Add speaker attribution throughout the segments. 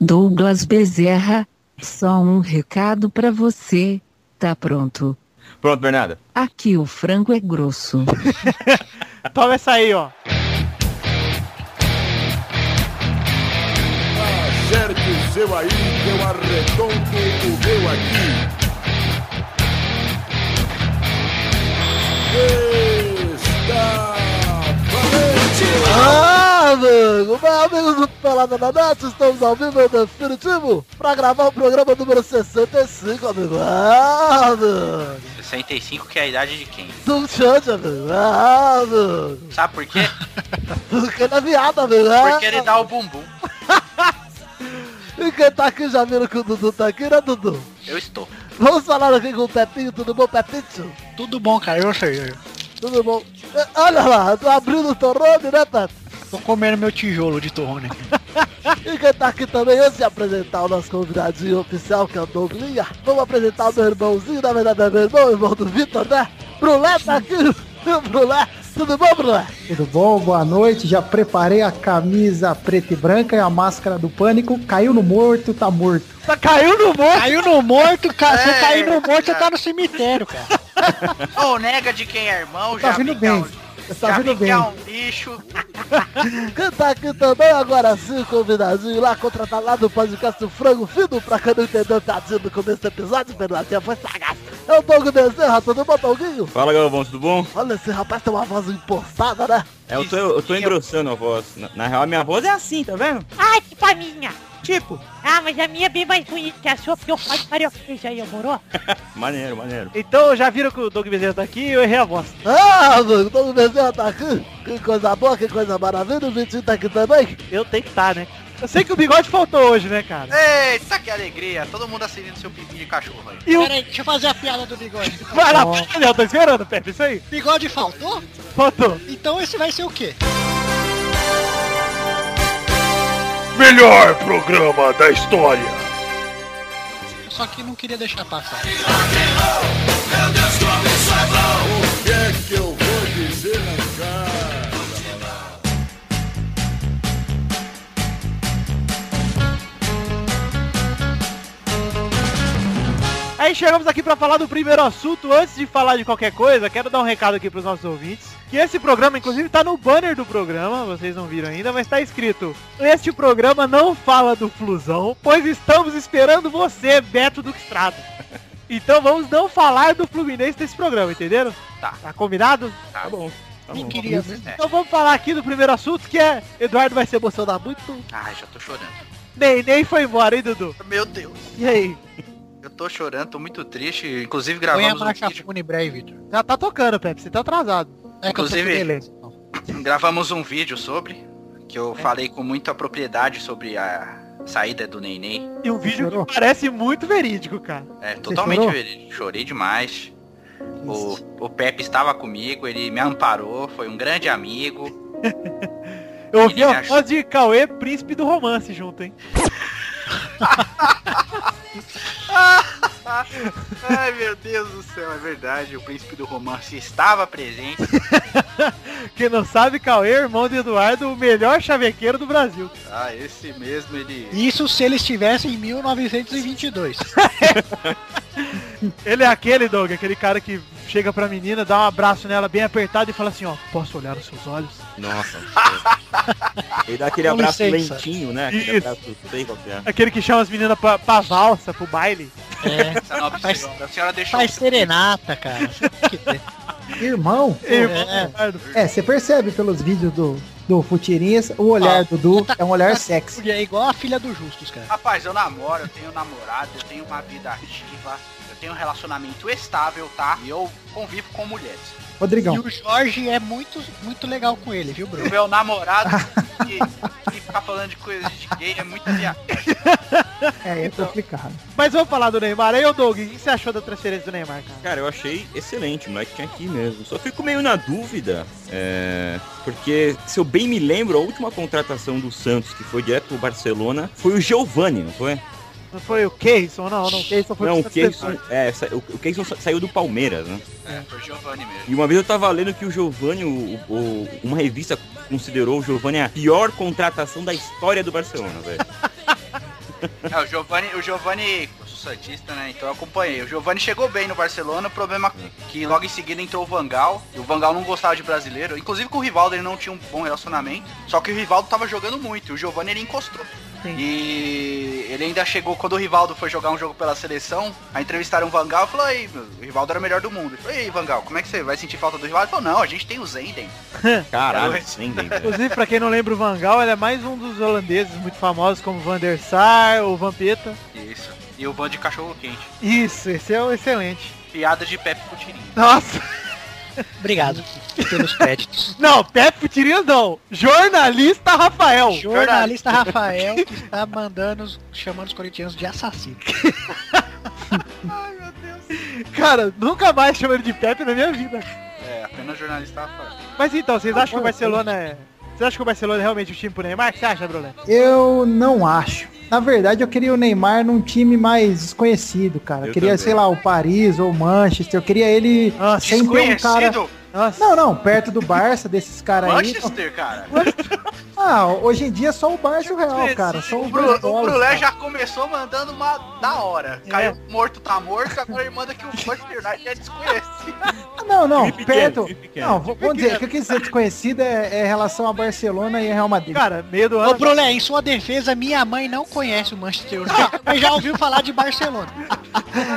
Speaker 1: Douglas Bezerra, só um recado pra você. Tá pronto.
Speaker 2: Pronto, Bernardo.
Speaker 1: Aqui o frango é grosso.
Speaker 3: Toma essa aí, ó.
Speaker 4: Acerte o seu aí, que eu arredondo o meu aqui. Está valente!
Speaker 5: Ah, amigo! Bem, amigos do Pelada na Net, estamos ao vivo em definitivo pra gravar o programa número 65, amigo! Ah, amigo!
Speaker 6: 65 que é a idade de quem?
Speaker 5: Do Xande, amigo! Ah, amigo!
Speaker 6: Sabe por quê?
Speaker 5: Porque ele é viado, amigo! Ah,
Speaker 6: Porque ele dá o bumbum.
Speaker 5: E quem tá aqui já viram que o Dudu tá aqui, né, Dudu?
Speaker 6: Eu estou.
Speaker 5: Vamos falar aqui com o Pepinho, tudo bom, Pepinho?
Speaker 7: Tudo bom, cara, eu sei. eu-
Speaker 5: Tudo bom? Eh, Olha lá, tu abriu o teu nome, né, Pepe?
Speaker 7: Tô comendo meu tijolo de torrone aqui.
Speaker 5: E quem tá aqui também, antes de apresentar o nosso convidadinho oficial, que é o Douglinha, vamos apresentar o meu irmãozinho, na verdade é meu irmão, irmão do Vitor, né? Brulé tá aqui, Brulé, tudo bom, Brulé?
Speaker 8: Tudo bom? Boa noite. Já preparei a camisa preta e branca e a máscara do pânico. Caiu no morto, tá morto.
Speaker 3: Tá caiu no morro.
Speaker 7: Caiu no morto, cara.
Speaker 6: É,
Speaker 7: Você caiu no morto, você tá no cemitério, cara.
Speaker 6: Ou nega de quem é irmão,
Speaker 8: Tá
Speaker 6: já vi
Speaker 8: vindo
Speaker 6: que é
Speaker 8: bem.
Speaker 6: um-
Speaker 8: Tá
Speaker 6: já
Speaker 8: vindo
Speaker 6: vi que
Speaker 8: bem.
Speaker 6: é um bicho.
Speaker 5: Quem tá aqui também, agora sim, convidadinho lá, contratado lá do podcast Frango Fino, pra quem não entendeu, tadinho do começo do episódio, Bernardinha foi sagaz. É o Doug Bezerra, tudo bom, Doguinho?
Speaker 2: Fala, Galvão, tudo bom?
Speaker 5: Olha, esse rapaz tem uma voz impostada, né?
Speaker 2: É, eu tô, eu tô engrossando a voz. Na, na real, a minha voz é assim, tá vendo?
Speaker 9: Ah, tipo a minha.
Speaker 2: Tipo.
Speaker 9: Ah, mas a minha é bem mais bonita que a sua, porque eu faço carioquês aí, amorou?
Speaker 2: Maneiro, maneiro.
Speaker 3: Então já viram que o Doug Bezerra tá aqui eu errei a voz.
Speaker 5: Ah, mano, Doug Bezerra tá aqui. Que coisa boa, que coisa maravilha, o Vitinho tá aqui também.
Speaker 3: Eu tenho que estar, né? Eu sei que o bigode faltou hoje, né, cara?
Speaker 6: Eita, que alegria. Todo mundo assistindo seu pipi de cachorro aí.
Speaker 3: E o...
Speaker 7: Peraí, deixa eu fazer a piada do bigode.
Speaker 3: Vai lá, cadê? Eu tô esperando, Pepe, isso aí.
Speaker 7: Bigode faltou?
Speaker 3: Faltou.
Speaker 7: Então esse vai ser o quê?
Speaker 4: Melhor programa da história.
Speaker 7: Só que não queria deixar passar.
Speaker 4: O que é que eu vou dizer na cara?
Speaker 3: Aí chegamos aqui pra falar do primeiro assunto. Antes de falar de qualquer coisa, quero dar um recado aqui pros nossos ouvintes. Que esse programa, inclusive, tá no banner do programa, vocês não viram ainda, mas tá escrito Este programa não fala do Flusão, pois estamos esperando você, Beto do Estrada. Então vamos não falar do Fluminense nesse programa, entenderam?
Speaker 6: Tá.
Speaker 3: Tá combinado?
Speaker 2: Tá bom. Tá
Speaker 7: Nem
Speaker 2: bom.
Speaker 7: queria ver.
Speaker 6: É.
Speaker 3: Então vamos falar aqui do primeiro assunto, que é Eduardo vai se emocionar muito.
Speaker 6: Ai, já tô chorando.
Speaker 3: Nem, nem foi embora, hein, Dudu?
Speaker 6: Meu Deus.
Speaker 3: E aí?
Speaker 6: Eu tô chorando, tô muito triste. Inclusive
Speaker 7: Põe a
Speaker 6: gravamos um
Speaker 7: marcha
Speaker 6: vídeo.
Speaker 7: fúnebre aí, Vitor.
Speaker 3: Já tá tocando, Pepe, você tá atrasado.
Speaker 7: É que eu tô com
Speaker 6: Inclusive-
Speaker 7: beleza. então.
Speaker 6: Gravamos um vídeo sobre. Que
Speaker 7: É.
Speaker 6: eu falei com muita propriedade sobre a saída do Neném.
Speaker 3: E um vídeo
Speaker 8: Chorou?
Speaker 3: que parece muito verídico, cara.
Speaker 6: É,
Speaker 8: Você
Speaker 6: totalmente
Speaker 8: chorou?
Speaker 6: verídico. Chorei demais. O, o Pepe estava comigo, ele me amparou, foi um grande amigo.
Speaker 3: Eu ouvi
Speaker 6: Ele
Speaker 3: a
Speaker 6: acha-
Speaker 3: voz de Cauê, príncipe do romance junto, hein?
Speaker 6: Ai meu Deus do céu, é verdade, o príncipe do romance estava presente.
Speaker 3: Quem não sabe, Cauê, é irmão de Eduardo, o melhor chavequeiro do Brasil.
Speaker 6: Ah, esse mesmo ele.
Speaker 7: Isso se ele estivesse em 1922.
Speaker 3: Ele é aquele, Doug, aquele cara que chega pra menina, dá um abraço nela bem apertado e fala assim, ó, posso olhar nos seus olhos?
Speaker 2: Nossa. Ele dá aquele
Speaker 7: Com
Speaker 2: abraço
Speaker 7: licença.
Speaker 2: lentinho, né? Aquele
Speaker 3: Isso.
Speaker 2: abraço, não sei qual que é.
Speaker 3: Aquele que chama as meninas pra, pra valsa, pro baile.
Speaker 7: É.
Speaker 6: Essa nobre
Speaker 7: Faz-
Speaker 6: senhora, a senhora deixou.
Speaker 7: Faz serenata, cara. Você tem que ter.
Speaker 8: Irmão.
Speaker 3: Irmão
Speaker 7: É.
Speaker 3: do Eduardo.
Speaker 8: É, você percebe pelos vídeos do, do Futirinhas, o olhar
Speaker 10: Ah,
Speaker 8: do Du é um olhar sexy.
Speaker 7: É igual a filha dos justos, cara.
Speaker 6: Rapaz, eu namoro, eu tenho namorado, eu tenho uma vida ativa, eu tenho um relacionamento estável, tá? E eu convivo com mulheres.
Speaker 7: E
Speaker 8: Rodrigão.
Speaker 7: o Jorge é muito, muito legal com ele, viu,
Speaker 6: O
Speaker 7: Bruno?
Speaker 6: meu namorado que, que ficar falando de coisas de gay é muito viagem.
Speaker 8: É, é complicado.
Speaker 3: Mas vamos falar do Neymar. Aí, ô Doug, o que você achou da transferência do Neymar, cara?
Speaker 2: Cara, eu achei excelente, o moleque tinha aqui mesmo. Só fico meio na dúvida, é, porque se eu bem me lembro, a última contratação do Santos, que foi direto pro Barcelona, foi o Giovanni, não foi?
Speaker 3: Não foi o Keyson, não, não, o Keyson foi
Speaker 2: não, o
Speaker 3: pro
Speaker 2: Keyson, é, sa- o o Keyson sa- saiu do Palmeiras, né?
Speaker 6: É, foi Giovanni mesmo.
Speaker 2: E uma vez eu tava lendo que o Giovanni, o- o- uma revista considerou o Giovanni a pior contratação da história do Barcelona, velho.
Speaker 6: É, o Giovani, o Giovani, eu sou santista, né? Então eu acompanhei. O Giovani chegou bem no Barcelona, o problema é que logo em seguida entrou o Vangal, e o Vangal não gostava de brasileiro. Inclusive com o Rivaldo ele não tinha um bom relacionamento, só que o Rivaldo tava jogando muito, e o Giovani ele encostou.
Speaker 1: Sim.
Speaker 6: E ele ainda chegou, quando o Rivaldo foi jogar um jogo pela seleção, aí entrevistaram o Vangal e falou, "Ei, meu, o Rivaldo era o melhor do mundo. Ele falou, ei, Vangal, como é que você vai sentir falta do Rivaldo? Ele falou, não, a gente tem o Zenden.
Speaker 2: Caralho,
Speaker 6: Caralho.
Speaker 2: sem dúvida.
Speaker 10: Inclusive, pra quem não lembra o Van Gaal, ele é mais um dos holandeses muito famosos, como Van der Sar, o Vampeta.
Speaker 6: Isso. E o bando de cachorro quente.
Speaker 10: Isso, esse é o excelente.
Speaker 6: Piada de Pepe Cotirinho.
Speaker 10: Nossa,
Speaker 3: Obrigado pelos créditos.
Speaker 10: não, Pepe Tirinhas não. Jornalista Rafael.
Speaker 3: Jornalista Rafael que está mandando, os- chamando os corintianos de assassino.
Speaker 10: Cara, nunca mais chamo ele de Pepe na minha vida.
Speaker 6: É, apenas jornalista Rafael.
Speaker 10: Mas então, vocês acham que o Barcelona é... Vocês acham que o Barcelona é realmente o time pro Neymar? O que você acha, Brulé?
Speaker 5: Eu não acho. Na verdade, eu queria o Neymar num time mais desconhecido, cara. Eu
Speaker 2: Eu
Speaker 5: queria,
Speaker 2: também.
Speaker 5: sei lá, o Paris ou o Manchester. Eu queria ele
Speaker 10: Ah,
Speaker 5: sempre um cara.
Speaker 10: Nossa,
Speaker 5: Não, não, perto do Barça, desses caras aí.
Speaker 6: Manchester, cara.
Speaker 5: Ah, hoje em dia só o Barça e o Real, cara. Só
Speaker 6: o
Speaker 5: o
Speaker 6: Bru- o Brulé
Speaker 5: Brulé
Speaker 6: já começou mandando uma da hora. Caiu morto, tá morto, agora ele manda que o Manchester United é desconhecido.
Speaker 5: Ah, Não, não,
Speaker 2: Time pequeno,
Speaker 5: perto.
Speaker 2: time pequeno.
Speaker 5: Não, vou, vou dizer, o que eu quis dizer desconhecido é, é em relação a Barcelona e a Real Madrid.
Speaker 10: cara, meio do
Speaker 3: Ô
Speaker 10: ano...
Speaker 3: Brulé, em sua defesa, minha mãe não conhece o Manchester United, mas já ouviu falar de Barcelona.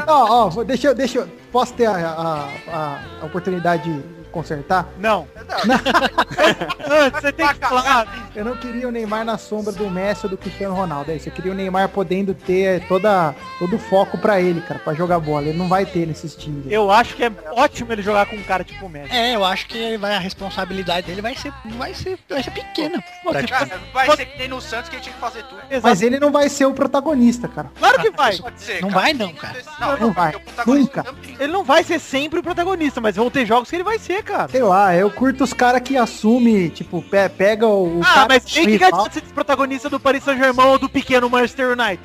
Speaker 5: Ó, ó, vou- deixa eu, deixa eu. Posso ter a, a- a oportunidade de consertar?
Speaker 10: Não.
Speaker 6: Não,
Speaker 10: Antes, Ah, você tem que falar...
Speaker 5: Eu não queria o Neymar na sombra do Messi ou do Cristiano Ronaldo, é isso. Eu queria o Neymar podendo ter toda, todo o foco pra ele, cara, pra jogar bola. Ele não vai ter nesses times. aí.
Speaker 10: Eu acho que é ótimo ele jogar com um cara tipo o Messi.
Speaker 3: É, eu acho que ele vai, a responsabilidade dele vai ser, vai ser, vai ser pequena. praticamente.
Speaker 6: cara, vai ser que nem no Santos que ele tinha que fazer tudo.
Speaker 5: Mas ele não vai ser o protagonista, cara.
Speaker 10: Claro que vai.
Speaker 6: Pode ser,
Speaker 3: Não
Speaker 6: cara.
Speaker 3: vai não, cara.
Speaker 6: Não,
Speaker 5: Não vai.
Speaker 6: porque o protagonista
Speaker 5: Nunca.
Speaker 6: também.
Speaker 10: Ele não vai ser sempre o protagonista, mas vão ter jogos que ele vai ser, cara.
Speaker 5: Sei lá, eu curto os caras que assume, tipo, pe- pega o. o
Speaker 10: Ah,
Speaker 5: cara
Speaker 10: mas
Speaker 5: do
Speaker 10: quem que
Speaker 5: rival.
Speaker 10: adianta ser protagonista do Paris Saint-Germain ou do pequeno Manchester United?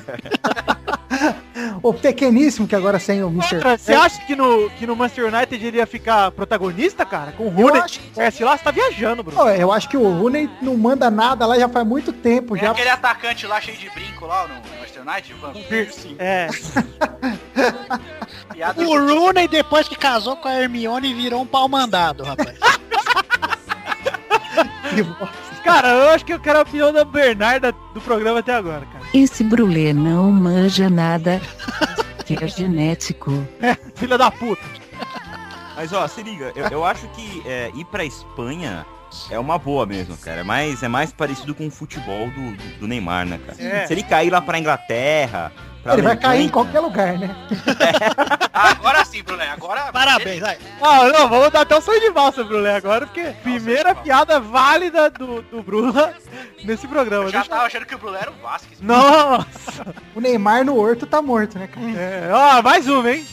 Speaker 5: O pequeníssimo que agora sem o Mr.
Speaker 10: Outra, você acha que no, que no Manchester United ele ia ficar protagonista, cara? Com o Rooney?
Speaker 5: acho
Speaker 10: Parece lá, você tá viajando, bro.
Speaker 5: Pô, eu acho que o Rooney não manda nada lá já faz muito tempo.
Speaker 6: É
Speaker 5: Já
Speaker 6: aquele atacante lá cheio de brinco lá no Manchester United, o Van Pierce.
Speaker 10: É,
Speaker 6: Piada
Speaker 3: O Rooney, depois que casou com a Hermione, virou um pau mandado, rapaz.
Speaker 10: É, cara, Ah, eu acho que é eu quero a opinião da Bernarda do programa até agora, cara.
Speaker 1: Esse brulê não manja nada. Que é genético.
Speaker 10: Filha da puta.
Speaker 2: Mas ó, se liga, eu, eu acho que é, ir pra Espanha é uma boa mesmo, cara. É mais, é mais parecido com o futebol do, do, do Neymar, né, cara?
Speaker 10: É.
Speaker 2: Se ele cair lá pra Inglaterra, pra
Speaker 5: ele vai
Speaker 2: Alemanha,
Speaker 5: cair em qualquer lugar, né?
Speaker 6: Agora sim, Bruno. Agora.
Speaker 3: Parabéns, vai.
Speaker 10: Ah, não, vamos dar até o sonho de valsa, Brulé, agora, porque primeira piada válida do, do Brula nesse programa.
Speaker 6: Eu já tá-
Speaker 10: Deixa eu-
Speaker 6: tava achando que o Bruno era o Vasquez.
Speaker 10: Nossa!
Speaker 5: O Neymar no Horto tá morto, né, cara?
Speaker 10: É, ó, mais uma, hein?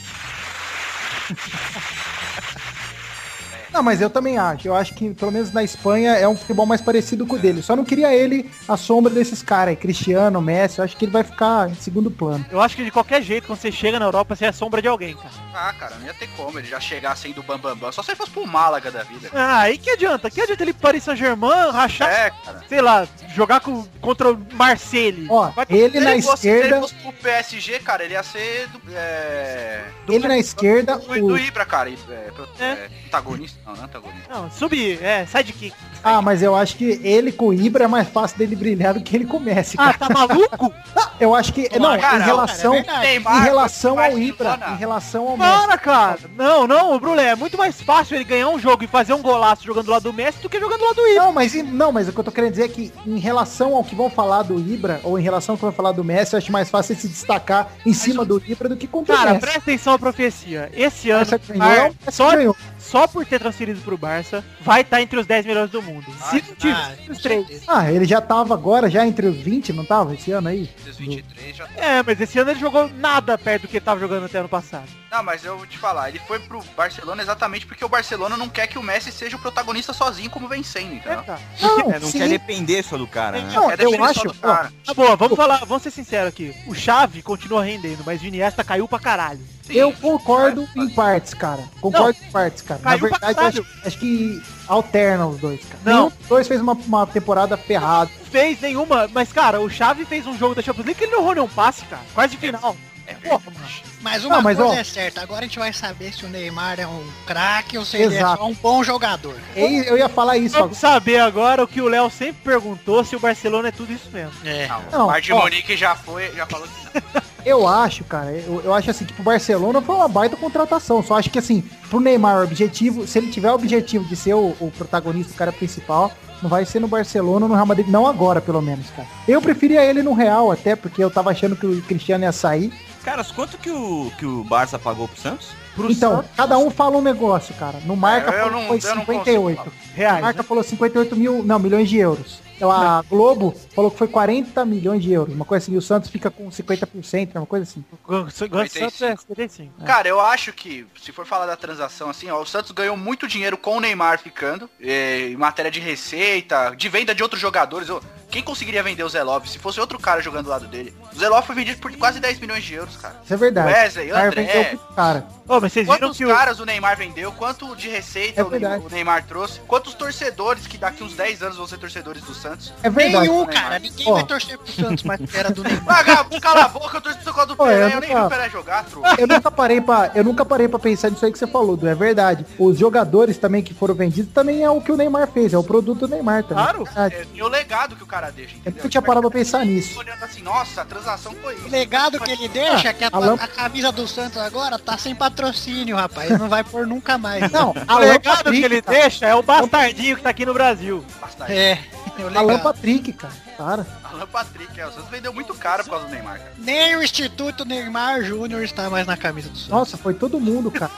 Speaker 5: Não, mas eu também acho. Eu acho que, pelo menos na Espanha, é um futebol mais parecido com o dele. Só não queria ele à sombra desses caras aí, Cristiano, Messi. Eu acho que ele vai ficar em segundo plano.
Speaker 10: Eu acho que de qualquer jeito, quando você chega na Europa, você é sombra de alguém, cara.
Speaker 6: Ah, cara, não ia ter como ele já chegar sendo o Bambambam. Só se ele fosse pro Málaga da vida.
Speaker 10: Ah, aí que adianta? Que adianta ele ir pro Paris Saint-Germain, rachar,
Speaker 6: É, cara.
Speaker 10: sei lá, jogar com, contra o Marseille?
Speaker 5: Ó,
Speaker 10: Vai-
Speaker 5: ele na
Speaker 6: ele fosse, se ele
Speaker 5: esquerda,
Speaker 6: fosse pro PSG, cara, ele ia ser do. É.
Speaker 5: ele na esquerda,
Speaker 6: Do, do
Speaker 5: o...
Speaker 6: Ibra, cara. É, pro-
Speaker 10: É.
Speaker 6: é, antagonista. Não, não é antagonista.
Speaker 10: Não, subir, é, sidekick.
Speaker 5: Ah, mas eu acho que ele com o Ibra é mais fácil dele brilhar do que ele comece,
Speaker 10: Ah,
Speaker 5: cara.
Speaker 10: tá maluco?
Speaker 5: Ah, Eu acho que, não,
Speaker 6: cara,
Speaker 5: em relação...
Speaker 3: cara, é verdade.
Speaker 5: em
Speaker 6: Neymar,
Speaker 5: relação
Speaker 6: vai
Speaker 5: ao
Speaker 6: se
Speaker 5: Ibra,
Speaker 6: enganar.
Speaker 5: em relação ao Messi.
Speaker 10: Para, cara! Não, não, o Brulé, é muito mais fácil ele ganhar um jogo e fazer um golaço jogando do lado do Messi do que jogando do lado do Ibra.
Speaker 5: Não, mas e- não, mas o que eu tô querendo dizer é que em relação ao que vão falar do Ibra, ou em relação ao que vão falar do Messi, eu acho mais fácil ele se destacar em cima do Ibra do que contra o
Speaker 10: Cara,
Speaker 5: Messi.
Speaker 10: presta atenção à profecia. Esse ano,
Speaker 5: Essa ganhou,
Speaker 10: Ar-
Speaker 5: essa é
Speaker 10: só,
Speaker 5: ganhou.
Speaker 10: só por ter transferido pro Barça, vai estar entre os 10 melhores do mundo. Se não
Speaker 3: Ah,
Speaker 10: tiver
Speaker 3: com
Speaker 10: Tipo, os três.
Speaker 3: certeza.
Speaker 5: Ah, ele já tava agora, já entre os 20, não tava esse ano aí?
Speaker 6: Esses 23 já.
Speaker 10: É, mas esse ano ele jogou nada perto do que ele tava jogando até ano passado.
Speaker 6: Não, mas eu vou te falar, ele foi pro Barcelona exatamente porque o Barcelona não quer que o Messi seja o protagonista sozinho como vencendo,
Speaker 10: É,
Speaker 6: entendeu?
Speaker 10: cara.
Speaker 5: Não,
Speaker 2: É, não
Speaker 5: um. sim.
Speaker 2: quer depender só do cara, né?
Speaker 5: Não,
Speaker 6: Quer
Speaker 5: eu
Speaker 6: definição
Speaker 5: acho,
Speaker 6: do cara.
Speaker 10: Tá boa, vamos falar, vamos ser sinceros aqui. O Xavi continua rendendo, mas o Iniesta caiu pra caralho.
Speaker 6: Sim, né?
Speaker 4: eu concordo em partes, cara. Concordo em partes, cara. Na
Speaker 10: caiu pra
Speaker 4: verdade, eu
Speaker 10: caralho.
Speaker 4: acho, acho que alterna os dois, cara.
Speaker 10: Não.
Speaker 4: Nenhum dos dois fez uma, uma temporada ferrada.
Speaker 10: Não fez nenhuma, mas cara, o Xavi fez um jogo da Champions League que ele não errou nenhum passe, cara. Quase de final.
Speaker 6: é verdade.
Speaker 10: Porra, mano.
Speaker 3: Mas uma
Speaker 4: Ah, mas,
Speaker 3: coisa
Speaker 4: ó.
Speaker 3: é certa, agora a gente vai saber se o Neymar é um craque ou se ele é
Speaker 4: Exato.
Speaker 3: só um bom jogador.
Speaker 4: Ei, Eu ia falar isso agora.
Speaker 10: Vamos saber agora o que o Léo sempre perguntou se o Barcelona é tudo isso mesmo.
Speaker 3: É.
Speaker 6: Não,
Speaker 4: Não,
Speaker 6: o Bar de
Speaker 4: ó.
Speaker 6: Munique já foi, já falou que não.
Speaker 4: Eu acho, cara, eu, eu acho assim que pro Barcelona foi uma baita contratação. Só acho que assim, pro Neymar, o objetivo, se ele tiver o objetivo de ser o, o protagonista, o cara principal, não vai ser no Barcelona ou no Real Madrid, não agora, pelo menos, cara. Eu preferia ele no Real até, porque eu tava achando que o Cristiano ia sair.
Speaker 2: Caras, quanto que o, que o Barça pagou pro Santos?
Speaker 10: Pro
Speaker 4: então,
Speaker 10: Santos,
Speaker 4: cada um fala um negócio, cara. No Marca
Speaker 6: É, eu não-
Speaker 4: foi
Speaker 6: eu não
Speaker 4: 58.
Speaker 6: consigo
Speaker 4: A
Speaker 10: reais.
Speaker 4: marca
Speaker 10: Né?
Speaker 4: falou 58 mil, não, milhões de euros. Então a Globo falou que foi 40 milhões de euros, uma coisa assim. E o Santos fica com 50%, uma coisa assim.
Speaker 10: O Gan- o Gan- Santos é 75.
Speaker 6: Cara, eu acho que, se for falar da transação assim, ó, o Santos ganhou muito dinheiro com o Neymar ficando, eh, em matéria de receita, de venda de outros jogadores. Ô, Quem conseguiria vender o Zé Lopes se fosse outro cara jogando do lado dele? O Zé Lopes foi vendido por quase 10 milhões de euros, cara.
Speaker 4: Isso é verdade.
Speaker 6: Wesley,
Speaker 4: O cara
Speaker 6: André,
Speaker 4: vendeu pro cara.
Speaker 10: Ô, mas vocês viram
Speaker 6: quantos
Speaker 10: que o...
Speaker 6: caras o Neymar vendeu, quanto de receita
Speaker 4: É
Speaker 6: o
Speaker 4: verdade.
Speaker 6: Ne- o Neymar trouxe, quantos torcedores que daqui uns 10 anos vão ser torcedores do Santos.
Speaker 4: É verdade.
Speaker 3: Nenhum,
Speaker 6: Neymar.
Speaker 3: cara. Ninguém
Speaker 4: Ó.
Speaker 3: vai torcer pro Santos, mas era do Neymar.
Speaker 6: Vagabundo, cala a boca, eu torço por causa do
Speaker 4: Ô, eu
Speaker 6: Pelé, eu
Speaker 4: não
Speaker 6: nem vi o
Speaker 4: falo.
Speaker 6: Pelé jogar, truco.
Speaker 4: Eu nunca parei pra eu nunca parei para pensar nisso aí que você falou, Du, é verdade. Os jogadores também que foram vendidos também é o que o Neymar fez, é o produto do Neymar também.
Speaker 10: Claro.
Speaker 4: Ah,
Speaker 6: É, e o legado que o cara deixa,
Speaker 4: Eu
Speaker 6: entendeu? Tipo, é
Speaker 4: nunca tinha parado pra pensar nisso.
Speaker 6: olhando assim, nossa, a transação foi
Speaker 3: O
Speaker 6: isso.
Speaker 3: legado que ele deixa é que a,
Speaker 4: a lâmp-
Speaker 3: a camisa do Santos agora tá sem patrocínio, rapaz. Ele não vai pôr nunca mais.
Speaker 4: Não,
Speaker 10: O
Speaker 4: a
Speaker 10: legado
Speaker 4: Patrick,
Speaker 10: que ele
Speaker 4: É cara.
Speaker 10: deixa é o bastardinho que tá aqui no Brasil.
Speaker 6: Bastante.
Speaker 3: É, eu
Speaker 4: Alan
Speaker 3: lembro.
Speaker 4: Patrick, cara. Cara,
Speaker 6: Alan Patrick, é, o Santos vendeu muito caro por causa do Neymar, cara.
Speaker 3: Nem o Instituto Neymar Júnior está mais na camisa do Santos.
Speaker 4: nossa, foi todo mundo, cara.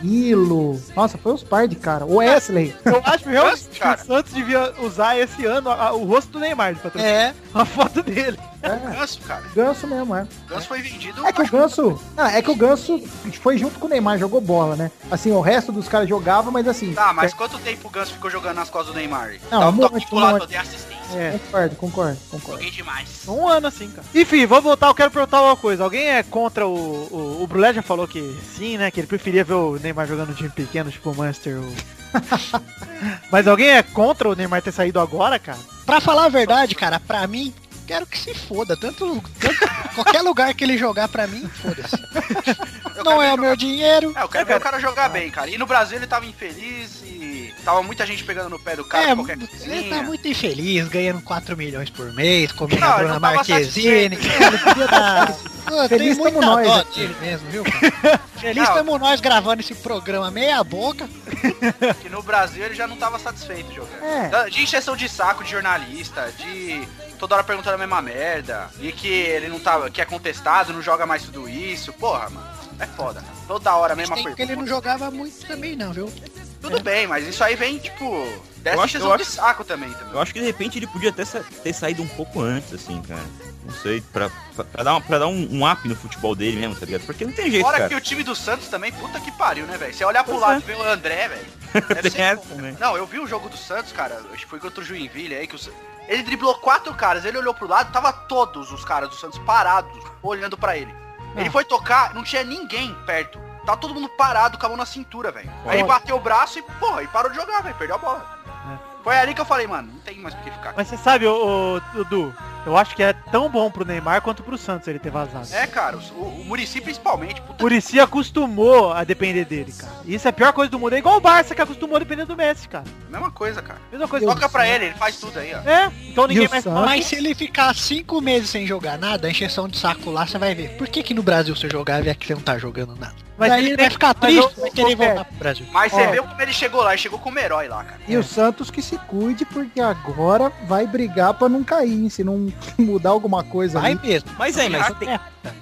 Speaker 4: Danilo. Nossa, foi uns par de cara. O Wesley.
Speaker 10: Eu acho realmente que
Speaker 6: Cara.
Speaker 10: o Santos devia usar esse ano a- a- o rosto do Neymar de patrocínio.
Speaker 3: É,
Speaker 10: Uma foto dele.
Speaker 4: É,
Speaker 6: Ganso, cara.
Speaker 4: ganso mesmo, é.
Speaker 6: Ganso foi vendido.
Speaker 4: É que o Ganso. Ah, é que o Ganso foi junto com o Neymar, jogou bola, né? Assim, o resto dos caras jogava, mas assim.
Speaker 6: Tá, mas quanto tempo o Ganso ficou jogando nas costas do Neymar?
Speaker 4: Não,
Speaker 6: Tá,
Speaker 4: um
Speaker 6: tá
Speaker 4: monte, um
Speaker 6: vinculado,
Speaker 4: monte.
Speaker 6: eu dei assistência.
Speaker 10: É.
Speaker 4: Concordo, concordo, concordo.
Speaker 6: Joguei demais.
Speaker 10: Um ano assim, cara. Enfim, vou voltar, eu quero perguntar uma coisa. Alguém é contra o. O, o Brulé já falou que sim, né? Que ele preferia ver o Neymar jogando um time pequeno, tipo o Manchester. Ou... Mas alguém é contra o Neymar ter saído agora, cara?
Speaker 3: pra falar a verdade, cara, pra mim, quero que se foda. Tanto, tanto- qualquer lugar que ele jogar pra mim, foda-se.
Speaker 6: Eu
Speaker 3: Não
Speaker 6: quero
Speaker 3: é
Speaker 6: ver
Speaker 3: o meu dinheiro.
Speaker 6: É, eu quero ver o cara jogar bem, cara. E no Brasil ele tava infeliz e tava muita gente pegando no pé do cara
Speaker 3: é,
Speaker 6: por qualquer
Speaker 3: ele tá
Speaker 6: coisinha.
Speaker 3: muito infeliz, ganhando 4 milhões por mês, comendo
Speaker 6: Não,
Speaker 3: a
Speaker 6: ele
Speaker 3: Bruna
Speaker 6: não tava
Speaker 3: Marquezine.
Speaker 6: satisfeito, né?
Speaker 3: Ele podia tá- Pô, Tem
Speaker 4: Feliz
Speaker 3: muita
Speaker 4: tamo nós
Speaker 3: dó
Speaker 4: aqui.
Speaker 3: dele mesmo, viu, cara? Feliz
Speaker 6: Não.
Speaker 3: estamos nós gravando esse programa meia boca.
Speaker 6: Que no Brasil ele já não tava satisfeito jogando.
Speaker 4: É.
Speaker 6: Da- De encheção de saco de jornalista, de toda hora perguntando a mesma merda. E que ele não tava. que é contestado, não joga mais tudo isso. Porra, mano. É foda, cara. Toda hora a mesma
Speaker 3: Tem
Speaker 6: pergunta.
Speaker 3: que ele não é. jogava muito também não, viu?
Speaker 6: Tudo bem, mas isso aí vem, tipo,
Speaker 2: Eu
Speaker 6: dessa
Speaker 2: acho-
Speaker 6: encheção
Speaker 2: eu
Speaker 6: de
Speaker 2: acho-
Speaker 6: saco também. também.
Speaker 2: Eu acho que de repente ele podia até sa- ter saído um pouco antes, assim, cara. Não sei, pra, pra, pra dar, um, pra dar um, um up no futebol dele mesmo, tá ligado? Porque não tem jeito,
Speaker 6: Fora
Speaker 2: cara.
Speaker 6: que o time do Santos também, puta que pariu, né, velho? Você olhar pro
Speaker 2: Pois
Speaker 6: lado
Speaker 2: é.
Speaker 6: e ver o André, velho. deve
Speaker 2: Tem
Speaker 6: ser
Speaker 2: essa
Speaker 6: bom,
Speaker 2: também.
Speaker 6: né? Não, eu vi o jogo do Santos, cara. Acho que foi contra o Joinville aí que o Sa- Ele driblou quatro caras, ele olhou pro lado, tava todos os caras do Santos parados, olhando pra ele.
Speaker 4: Ah.
Speaker 6: Ele foi tocar, não tinha ninguém perto. Tava todo mundo parado, com a mão na cintura, velho. Aí
Speaker 10: Ó.
Speaker 6: bateu o braço e, porra, e parou de jogar, velho. Perdeu a bola.
Speaker 4: É.
Speaker 6: Foi ali que eu falei, mano, não tem mais por que ficar.
Speaker 10: Mas você sabe, ô, ô, Dudu, eu acho que é tão bom pro Neymar quanto pro Santos ele ter vazado.
Speaker 6: É, cara, o, o Murici principalmente, puta
Speaker 10: O Muricy acostumou a depender dele, cara. Isso é a pior coisa do mundo. É igual o Barça que acostumou a depender do Messi, cara.
Speaker 6: Mesma coisa, cara.
Speaker 10: Mesma coisa.
Speaker 6: Toca pra ele, ele faz tudo aí, ó.
Speaker 10: É, então ninguém
Speaker 4: E o
Speaker 10: mais
Speaker 4: Santos?
Speaker 3: Mas se ele ficar cinco meses sem jogar nada, a encheção de saco lá, você vai ver. Por que que no Brasil você jogava e aqui você não tá jogando nada?
Speaker 10: Mas
Speaker 3: Mas
Speaker 10: ele
Speaker 3: Daí ele
Speaker 10: tem-
Speaker 3: vai ficar
Speaker 10: mas
Speaker 3: triste,
Speaker 10: eu-
Speaker 3: vai querer
Speaker 10: eu-
Speaker 3: voltar pro Brasil.
Speaker 6: Mas você
Speaker 4: Ó.
Speaker 6: vê como ele chegou lá, ele chegou como herói lá, cara.
Speaker 4: E
Speaker 3: É.
Speaker 4: o Santos que se cuide, porque agora vai brigar pra não cair, hein? Se não mudar alguma coisa
Speaker 3: Vai
Speaker 4: ali.
Speaker 3: mesmo.
Speaker 2: Mas aí, mas tem-
Speaker 3: É.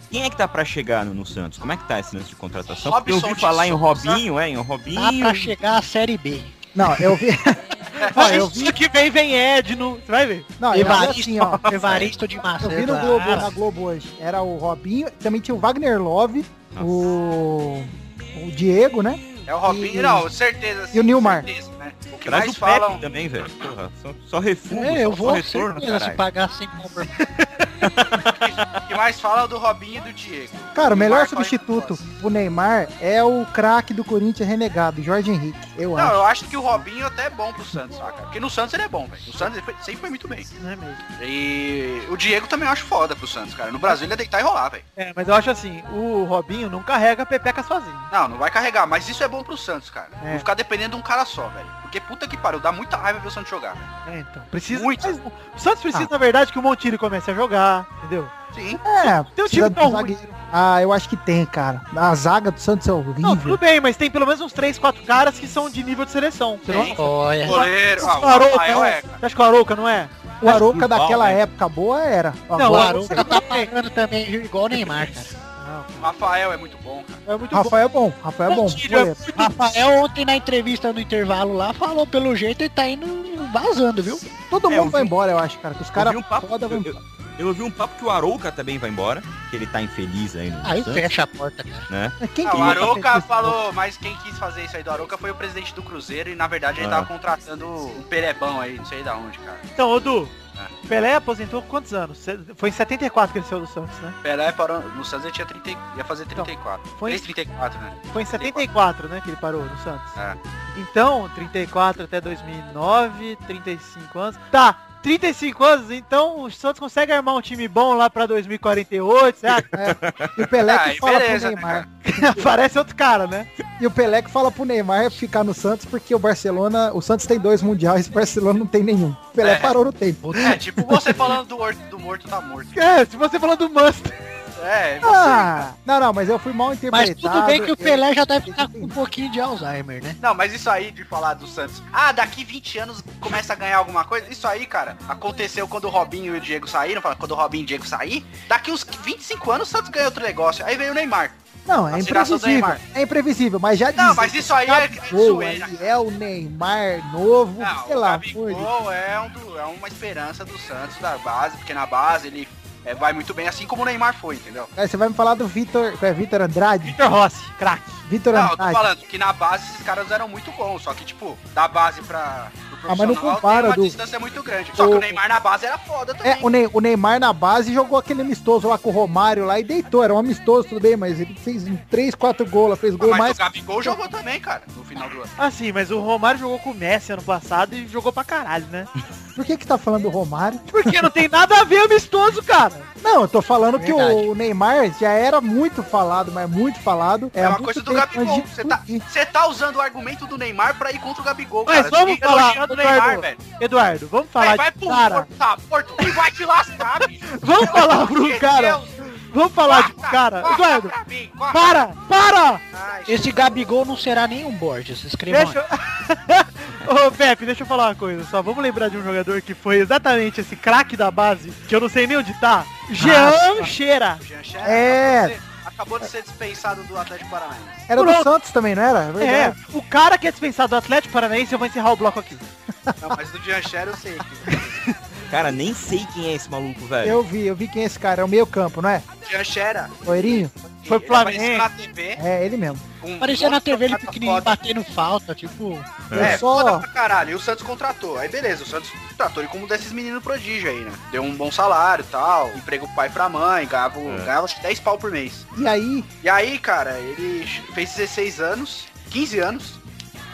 Speaker 2: quem é que tá pra chegar no, no Santos? Como é que tá esse lance de contratação? Porque eu
Speaker 6: Robson
Speaker 2: ouvi
Speaker 6: de
Speaker 2: falar em
Speaker 6: Souza.
Speaker 2: Robinho, é, em
Speaker 3: Dá
Speaker 2: Robinho.
Speaker 3: pra chegar à Série B.
Speaker 4: Não, eu vi.
Speaker 10: Mas
Speaker 4: Ó, eu
Speaker 10: isso que vem, vem Edno. Você vai ver.
Speaker 4: Não, eu vi assim, ó.
Speaker 3: Evaristo de
Speaker 4: Eu
Speaker 3: Macedo. Ah, é,
Speaker 4: vi no Globo, na Globo hoje. Era o Robinho, também tinha o Wagner Love,
Speaker 2: Nossa.
Speaker 4: o. O Diego, né?
Speaker 6: É o Robinho,
Speaker 4: E-
Speaker 6: não, certeza.
Speaker 4: e o Nilmar?
Speaker 6: certeza, né? O que
Speaker 2: Traz
Speaker 6: mais
Speaker 2: o
Speaker 6: falam.
Speaker 2: Pepe também, velho. Porra, só, só refugo,
Speaker 3: É, eu
Speaker 2: só,
Speaker 3: vou
Speaker 2: só retorno,
Speaker 3: certeza, se
Speaker 2: caralho.
Speaker 3: pagar 5 mil por
Speaker 6: O que mais? Fala do Robinho e do Diego.
Speaker 5: Cara, o melhor
Speaker 6: Neymar,
Speaker 5: substituto
Speaker 6: qual
Speaker 5: pro Neymar é o craque do Corinthians renegado, Jorge Henrique, eu
Speaker 6: Não,
Speaker 5: acho.
Speaker 6: eu acho que o Robinho até é bom pro Santos, saca? Porque no Santos ele é bom, velho. O Santos ele foi- sempre foi muito bem.
Speaker 10: Não é mesmo?
Speaker 6: E o Diego também eu acho foda pro Santos, cara. No Brasil ele é deitar e rolar, velho.
Speaker 10: É, mas eu acho assim, o Robinho não carrega a pepeca sozinho.
Speaker 6: Não, não vai carregar, mas isso é bom pro Santos, cara.
Speaker 10: É.
Speaker 6: Não ficar dependendo de um cara só, velho. Porque puta que pariu, dá muita raiva ver o Santos jogar. velho.
Speaker 10: É, então. Precisa.
Speaker 6: Muito.
Speaker 10: mas o Santos precisa, na verdade, que o Montilho comece a jogar, entendeu?
Speaker 6: Sim.
Speaker 5: É,
Speaker 10: Tem um
Speaker 5: precisa
Speaker 10: time
Speaker 5: do
Speaker 10: tão ruim.
Speaker 5: zagueiro. Ah, eu acho que tem, cara. A zaga do Santos é
Speaker 10: Não, tudo
Speaker 5: horrível.
Speaker 10: bem, mas tem pelo menos uns 3, 4 caras que são de nível de seleção. Você, não...
Speaker 6: Tem.
Speaker 3: Olha.
Speaker 6: Goleiro, ah, o
Speaker 10: Parou,
Speaker 6: Rafael
Speaker 10: cara.
Speaker 5: né?
Speaker 6: é, cara.
Speaker 10: né? Você acha que o Arouca não é?
Speaker 5: O Arouca
Speaker 2: Durval,
Speaker 5: daquela
Speaker 2: né?
Speaker 5: época boa era. Agora,
Speaker 10: o
Speaker 3: O
Speaker 10: Arouca-
Speaker 3: Arouca tá pagando também igual o Neymar, cara.
Speaker 6: O Rafael é muito bom, cara.
Speaker 10: É muito
Speaker 5: Rafael é bom, Rafael é bom.
Speaker 10: Montilho é
Speaker 5: goleiro.
Speaker 10: muito
Speaker 3: Rafael ontem na entrevista no intervalo lá falou pelo jeito ele tá indo vazando, viu?
Speaker 5: Ah, Todo
Speaker 2: É,
Speaker 5: mundo
Speaker 2: eu
Speaker 5: vai
Speaker 2: vi-
Speaker 5: embora, eu acho, cara. Que os caras
Speaker 2: eu, vi um papo,
Speaker 5: foda vão
Speaker 2: eu, eu, eu ouvi um papo que o Arouca também vai embora, que ele tá infeliz aí no
Speaker 3: Aí
Speaker 2: Santos,
Speaker 3: fecha a porta, cara.
Speaker 2: né?
Speaker 5: Quem
Speaker 6: Ah,
Speaker 5: que
Speaker 6: o
Speaker 5: nunca fez
Speaker 6: Aroca
Speaker 5: isso?
Speaker 6: falou, mas quem quis fazer isso aí do Aroca foi o presidente do Cruzeiro e na verdade ele
Speaker 2: Ah.
Speaker 5: É.
Speaker 6: tava contratando um perebão aí, não sei da onde, cara.
Speaker 10: Então, Odu,
Speaker 6: Ah.
Speaker 10: Pelé aposentou com quantos anos? Se- Foi em 74 que ele saiu do Santos, né?
Speaker 6: Pelé parou no Santos ele tinha 30, e- ia fazer
Speaker 5: Então,
Speaker 6: 34.
Speaker 10: foi-
Speaker 6: Fez 34, né?
Speaker 10: Foi em 74, né, que ele parou no Santos.
Speaker 6: É.
Speaker 10: Então, 34 até 2009, 35 anos. Tá, 35 anos, então o Santos consegue armar um time bom lá pra 2048, sabe?
Speaker 5: E o Pelé
Speaker 6: Ah,
Speaker 5: que
Speaker 6: e
Speaker 5: fala
Speaker 6: beleza,
Speaker 5: pro
Speaker 6: né,
Speaker 5: Neymar.
Speaker 10: Aparece outro cara, né?
Speaker 5: E o Pelé que fala pro Neymar ficar no Santos porque o Barcelona, o Santos tem dois mundiais, o Barcelona não tem nenhum. O Pelé
Speaker 6: É.
Speaker 5: parou no tempo.
Speaker 6: É, tipo você falando do, or- do morto tá morto.
Speaker 10: É, se você falando do Munster.
Speaker 6: É, você,
Speaker 5: Ah, não, não, mas eu fui mal interpretado.
Speaker 3: Mas tudo bem é, que o
Speaker 5: eu-
Speaker 3: Pelé já deve estar com um pouquinho de Alzheimer, né?
Speaker 6: Não, mas isso aí de falar do Santos. Ah, daqui 20 anos começa a ganhar alguma coisa. Isso aí, cara, aconteceu quando o Robinho e o Diego saíram. fala, Quando o Robinho e o Diego sair, daqui uns 25 anos o Santos ganha outro negócio. Aí veio o Neymar.
Speaker 5: Não, é
Speaker 6: A tiração do
Speaker 5: imprevisível.
Speaker 6: Neymar.
Speaker 5: É imprevisível, mas já
Speaker 6: Não,
Speaker 5: dizem
Speaker 6: mas
Speaker 5: que
Speaker 6: isso aí é, é
Speaker 5: Gabigol
Speaker 6: zoeira.
Speaker 5: aí é o Neymar novo,
Speaker 6: Não,
Speaker 5: sei
Speaker 6: Ah, o
Speaker 5: lá.
Speaker 6: Gabigol
Speaker 5: foi.
Speaker 6: é, um do- é uma esperança do Santos da base, porque na base ele é, vai muito bem, assim como o Neymar foi, entendeu?
Speaker 5: Aí você vai me falar do Vitor, é Vitor Andrade?
Speaker 10: Vitor Rossi, craque.
Speaker 5: Vitor
Speaker 6: Não, eu tô
Speaker 5: Andrade.
Speaker 6: falando que na base esses caras eram muito bons, só que, tipo, da base pra pro
Speaker 5: Ah, mas não
Speaker 6: profissional
Speaker 5: compara,
Speaker 6: tem uma
Speaker 5: Du.
Speaker 6: distância muito grande. Só que
Speaker 5: O-
Speaker 6: o Neymar na base era foda também.
Speaker 5: É, o, Ney- o Neymar na base jogou aquele amistoso lá com o Romário lá e deitou. Era um amistoso, tudo bem, mas ele fez 3, 4 gols, lá, fez
Speaker 6: Ah,
Speaker 5: gol
Speaker 6: mas
Speaker 5: mais.
Speaker 6: o Gabigol jogou também, cara, no final do ano.
Speaker 10: Assim, mas o Romário jogou com o Messi ano passado e jogou pra caralho, né?
Speaker 5: Por que que tá falando do Romário?
Speaker 10: Porque não tem nada a ver amistoso, cara.
Speaker 5: Não, eu tô falando que
Speaker 3: Verdade.
Speaker 5: o Neymar já era muito falado, mas muito falado.
Speaker 6: É,
Speaker 5: há
Speaker 6: uma
Speaker 5: muito
Speaker 6: coisa do
Speaker 5: tempo
Speaker 6: Gabigol.
Speaker 5: antes de
Speaker 6: Você tá,
Speaker 5: explodir.
Speaker 6: você tá usando o argumento do Neymar pra ir contra o Gabigol,
Speaker 10: Mas
Speaker 6: cara. Você
Speaker 10: vamos
Speaker 6: fica
Speaker 10: falar,
Speaker 6: elogiando o Neymar,
Speaker 10: Eduardo.
Speaker 6: velho.
Speaker 10: Eduardo, vamos falar
Speaker 6: Vai, vai pro
Speaker 10: de cara.
Speaker 6: Porto, tá, Porto, e vai te lascar, bicho.
Speaker 10: Vamos falar pro cara. Vamos falar de um
Speaker 6: Corta,
Speaker 10: cara.
Speaker 6: corta
Speaker 10: Eduardo,
Speaker 6: pra mim, corta.
Speaker 10: para, para!
Speaker 6: Ai,
Speaker 3: Esse Gabigol não será nenhum Borges, escreva
Speaker 10: Deixa eu... Ô, Pepe, deixa eu falar uma coisa só. Vamos lembrar de um jogador que foi exatamente esse craque da base, que eu não sei nem onde tá. Jean Cheira.
Speaker 6: Jean Scherer
Speaker 5: É.
Speaker 6: acabou de ser- Acabou de ser dispensado do Atlético Paranaense.
Speaker 5: Era
Speaker 10: Pronto.
Speaker 5: do Santos também, não era?
Speaker 10: É,
Speaker 5: verdade.
Speaker 10: o cara que é dispensado do Atlético Paranaense, eu vou encerrar o bloco aqui.
Speaker 6: Não, mas do Jean Scherer eu sei. que-
Speaker 2: Cara, nem sei quem é esse maluco, velho.
Speaker 5: Eu vi, eu vi quem é esse cara. É o meio campo, não é?
Speaker 6: Jean Scherer.
Speaker 5: Loirinho?
Speaker 10: Foi
Speaker 6: ele
Speaker 10: Flamengo.
Speaker 6: apareceu na TV.
Speaker 5: É, ele mesmo.
Speaker 6: com
Speaker 3: Apareceu
Speaker 6: um
Speaker 3: na
Speaker 6: monte de
Speaker 3: TV ele
Speaker 6: jogada
Speaker 3: pequenininho
Speaker 6: foda.
Speaker 3: batendo falta, tipo...
Speaker 6: É,
Speaker 5: Eu só...
Speaker 6: foda pra caralho. E o Santos contratou. Aí beleza, o Santos contratou ele como um desses meninos prodígio aí, né? Deu um bom salário e tal. Emprego pro pai e pra mãe. Ganhava,
Speaker 2: É.
Speaker 6: ganhava acho que 10 pau por mês.
Speaker 5: E aí,
Speaker 6: E aí, cara, ele fez 16 anos, 15 anos,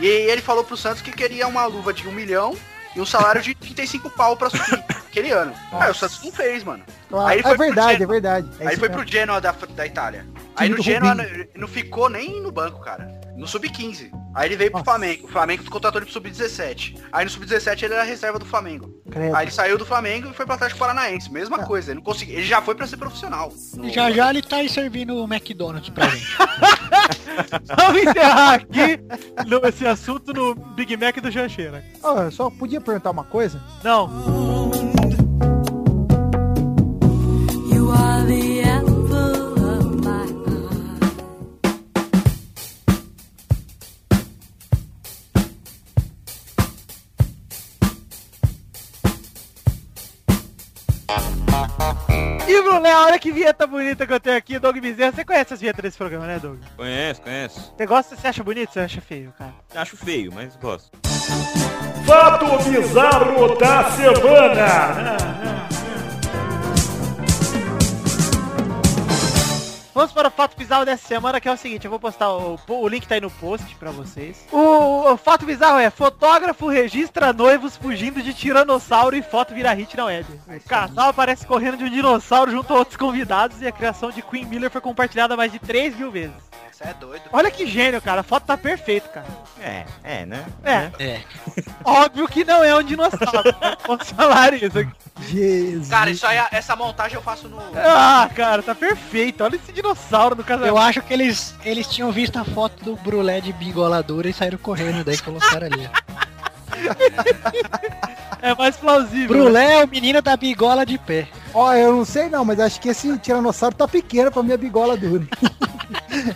Speaker 6: e ele falou pro Santos que queria uma luva de 1 milhão e um salário de 35 pau pra subir aquele ano. Aí o Santos não fez, mano. Aí ele
Speaker 5: é
Speaker 6: foi pro
Speaker 5: verdade, é
Speaker 6: Genoa.
Speaker 5: verdade. É
Speaker 6: aí
Speaker 5: isso
Speaker 6: foi
Speaker 5: mesmo.
Speaker 6: pro Genoa da, da Itália. Aí
Speaker 5: Time
Speaker 6: no
Speaker 5: do
Speaker 6: Genoa
Speaker 5: Rubinho.
Speaker 6: n- não ficou nem no banco, cara. No sub-15. Aí ele veio pro
Speaker 5: Nossa.
Speaker 6: Flamengo. O Flamengo contratou ele pro sub-17. Aí no sub-17 ele era reserva do Flamengo.
Speaker 5: Credo. É.
Speaker 6: Aí ele saiu do Flamengo e foi pro Atlético Paranaense. Mesma coisa. Ele, não conseguiu, ele já foi pra ser profissional. No-
Speaker 3: E já já ele tá aí servindo o McDonald's pra gente.
Speaker 10: Vamos encerrar aqui no- esse assunto no Big Mac do Jean Cheira.
Speaker 5: Ó, eu só podia perguntar uma coisa?
Speaker 10: Não,
Speaker 4: You are the apple of my eye.
Speaker 10: e Brulé, olha que vinheta bonita que eu tenho aqui, Doug Bezerra. Você conhece as vinhetas desse programa, né, Doug?
Speaker 2: Conheço, conheço.
Speaker 10: Você gosta, você acha bonito, você acha feio, cara?
Speaker 2: Acho feio, mas gosto.
Speaker 11: Fato bizarro da semana.
Speaker 10: Vamos para o fato bizarro dessa semana, que é o seguinte, eu vou postar o, o link tá aí no post pra vocês. O, o fato bizarro é, fotógrafo registra noivos fugindo de tiranossauro e foto vira hit na web. O casal aparece correndo de um dinossauro junto a outros convidados e a criação de Queen Miller foi compartilhada mais de 3 mil vezes.
Speaker 6: Você é doido.
Speaker 10: Olha que gênio, cara. A foto tá perfeita, cara.
Speaker 2: É, é, né?
Speaker 10: É,
Speaker 3: É.
Speaker 10: óbvio que não é um dinossauro. né? Posso falar isso aqui.
Speaker 5: Jesus.
Speaker 6: Cara, isso aí, essa montagem eu faço no.
Speaker 10: Ah, cara, tá perfeito. Olha esse dinossauro do casamento.
Speaker 3: Eu acho que eles, eles tinham visto a foto do brulé de bingoladora e saíram correndo, daí colocaram ali.
Speaker 10: É mais plausível.
Speaker 3: Brulé é o menino da bigola de pé.
Speaker 5: Ó, eu não sei não, mas acho que esse tiranossauro tá pequeno pra minha bigola dura.
Speaker 10: né?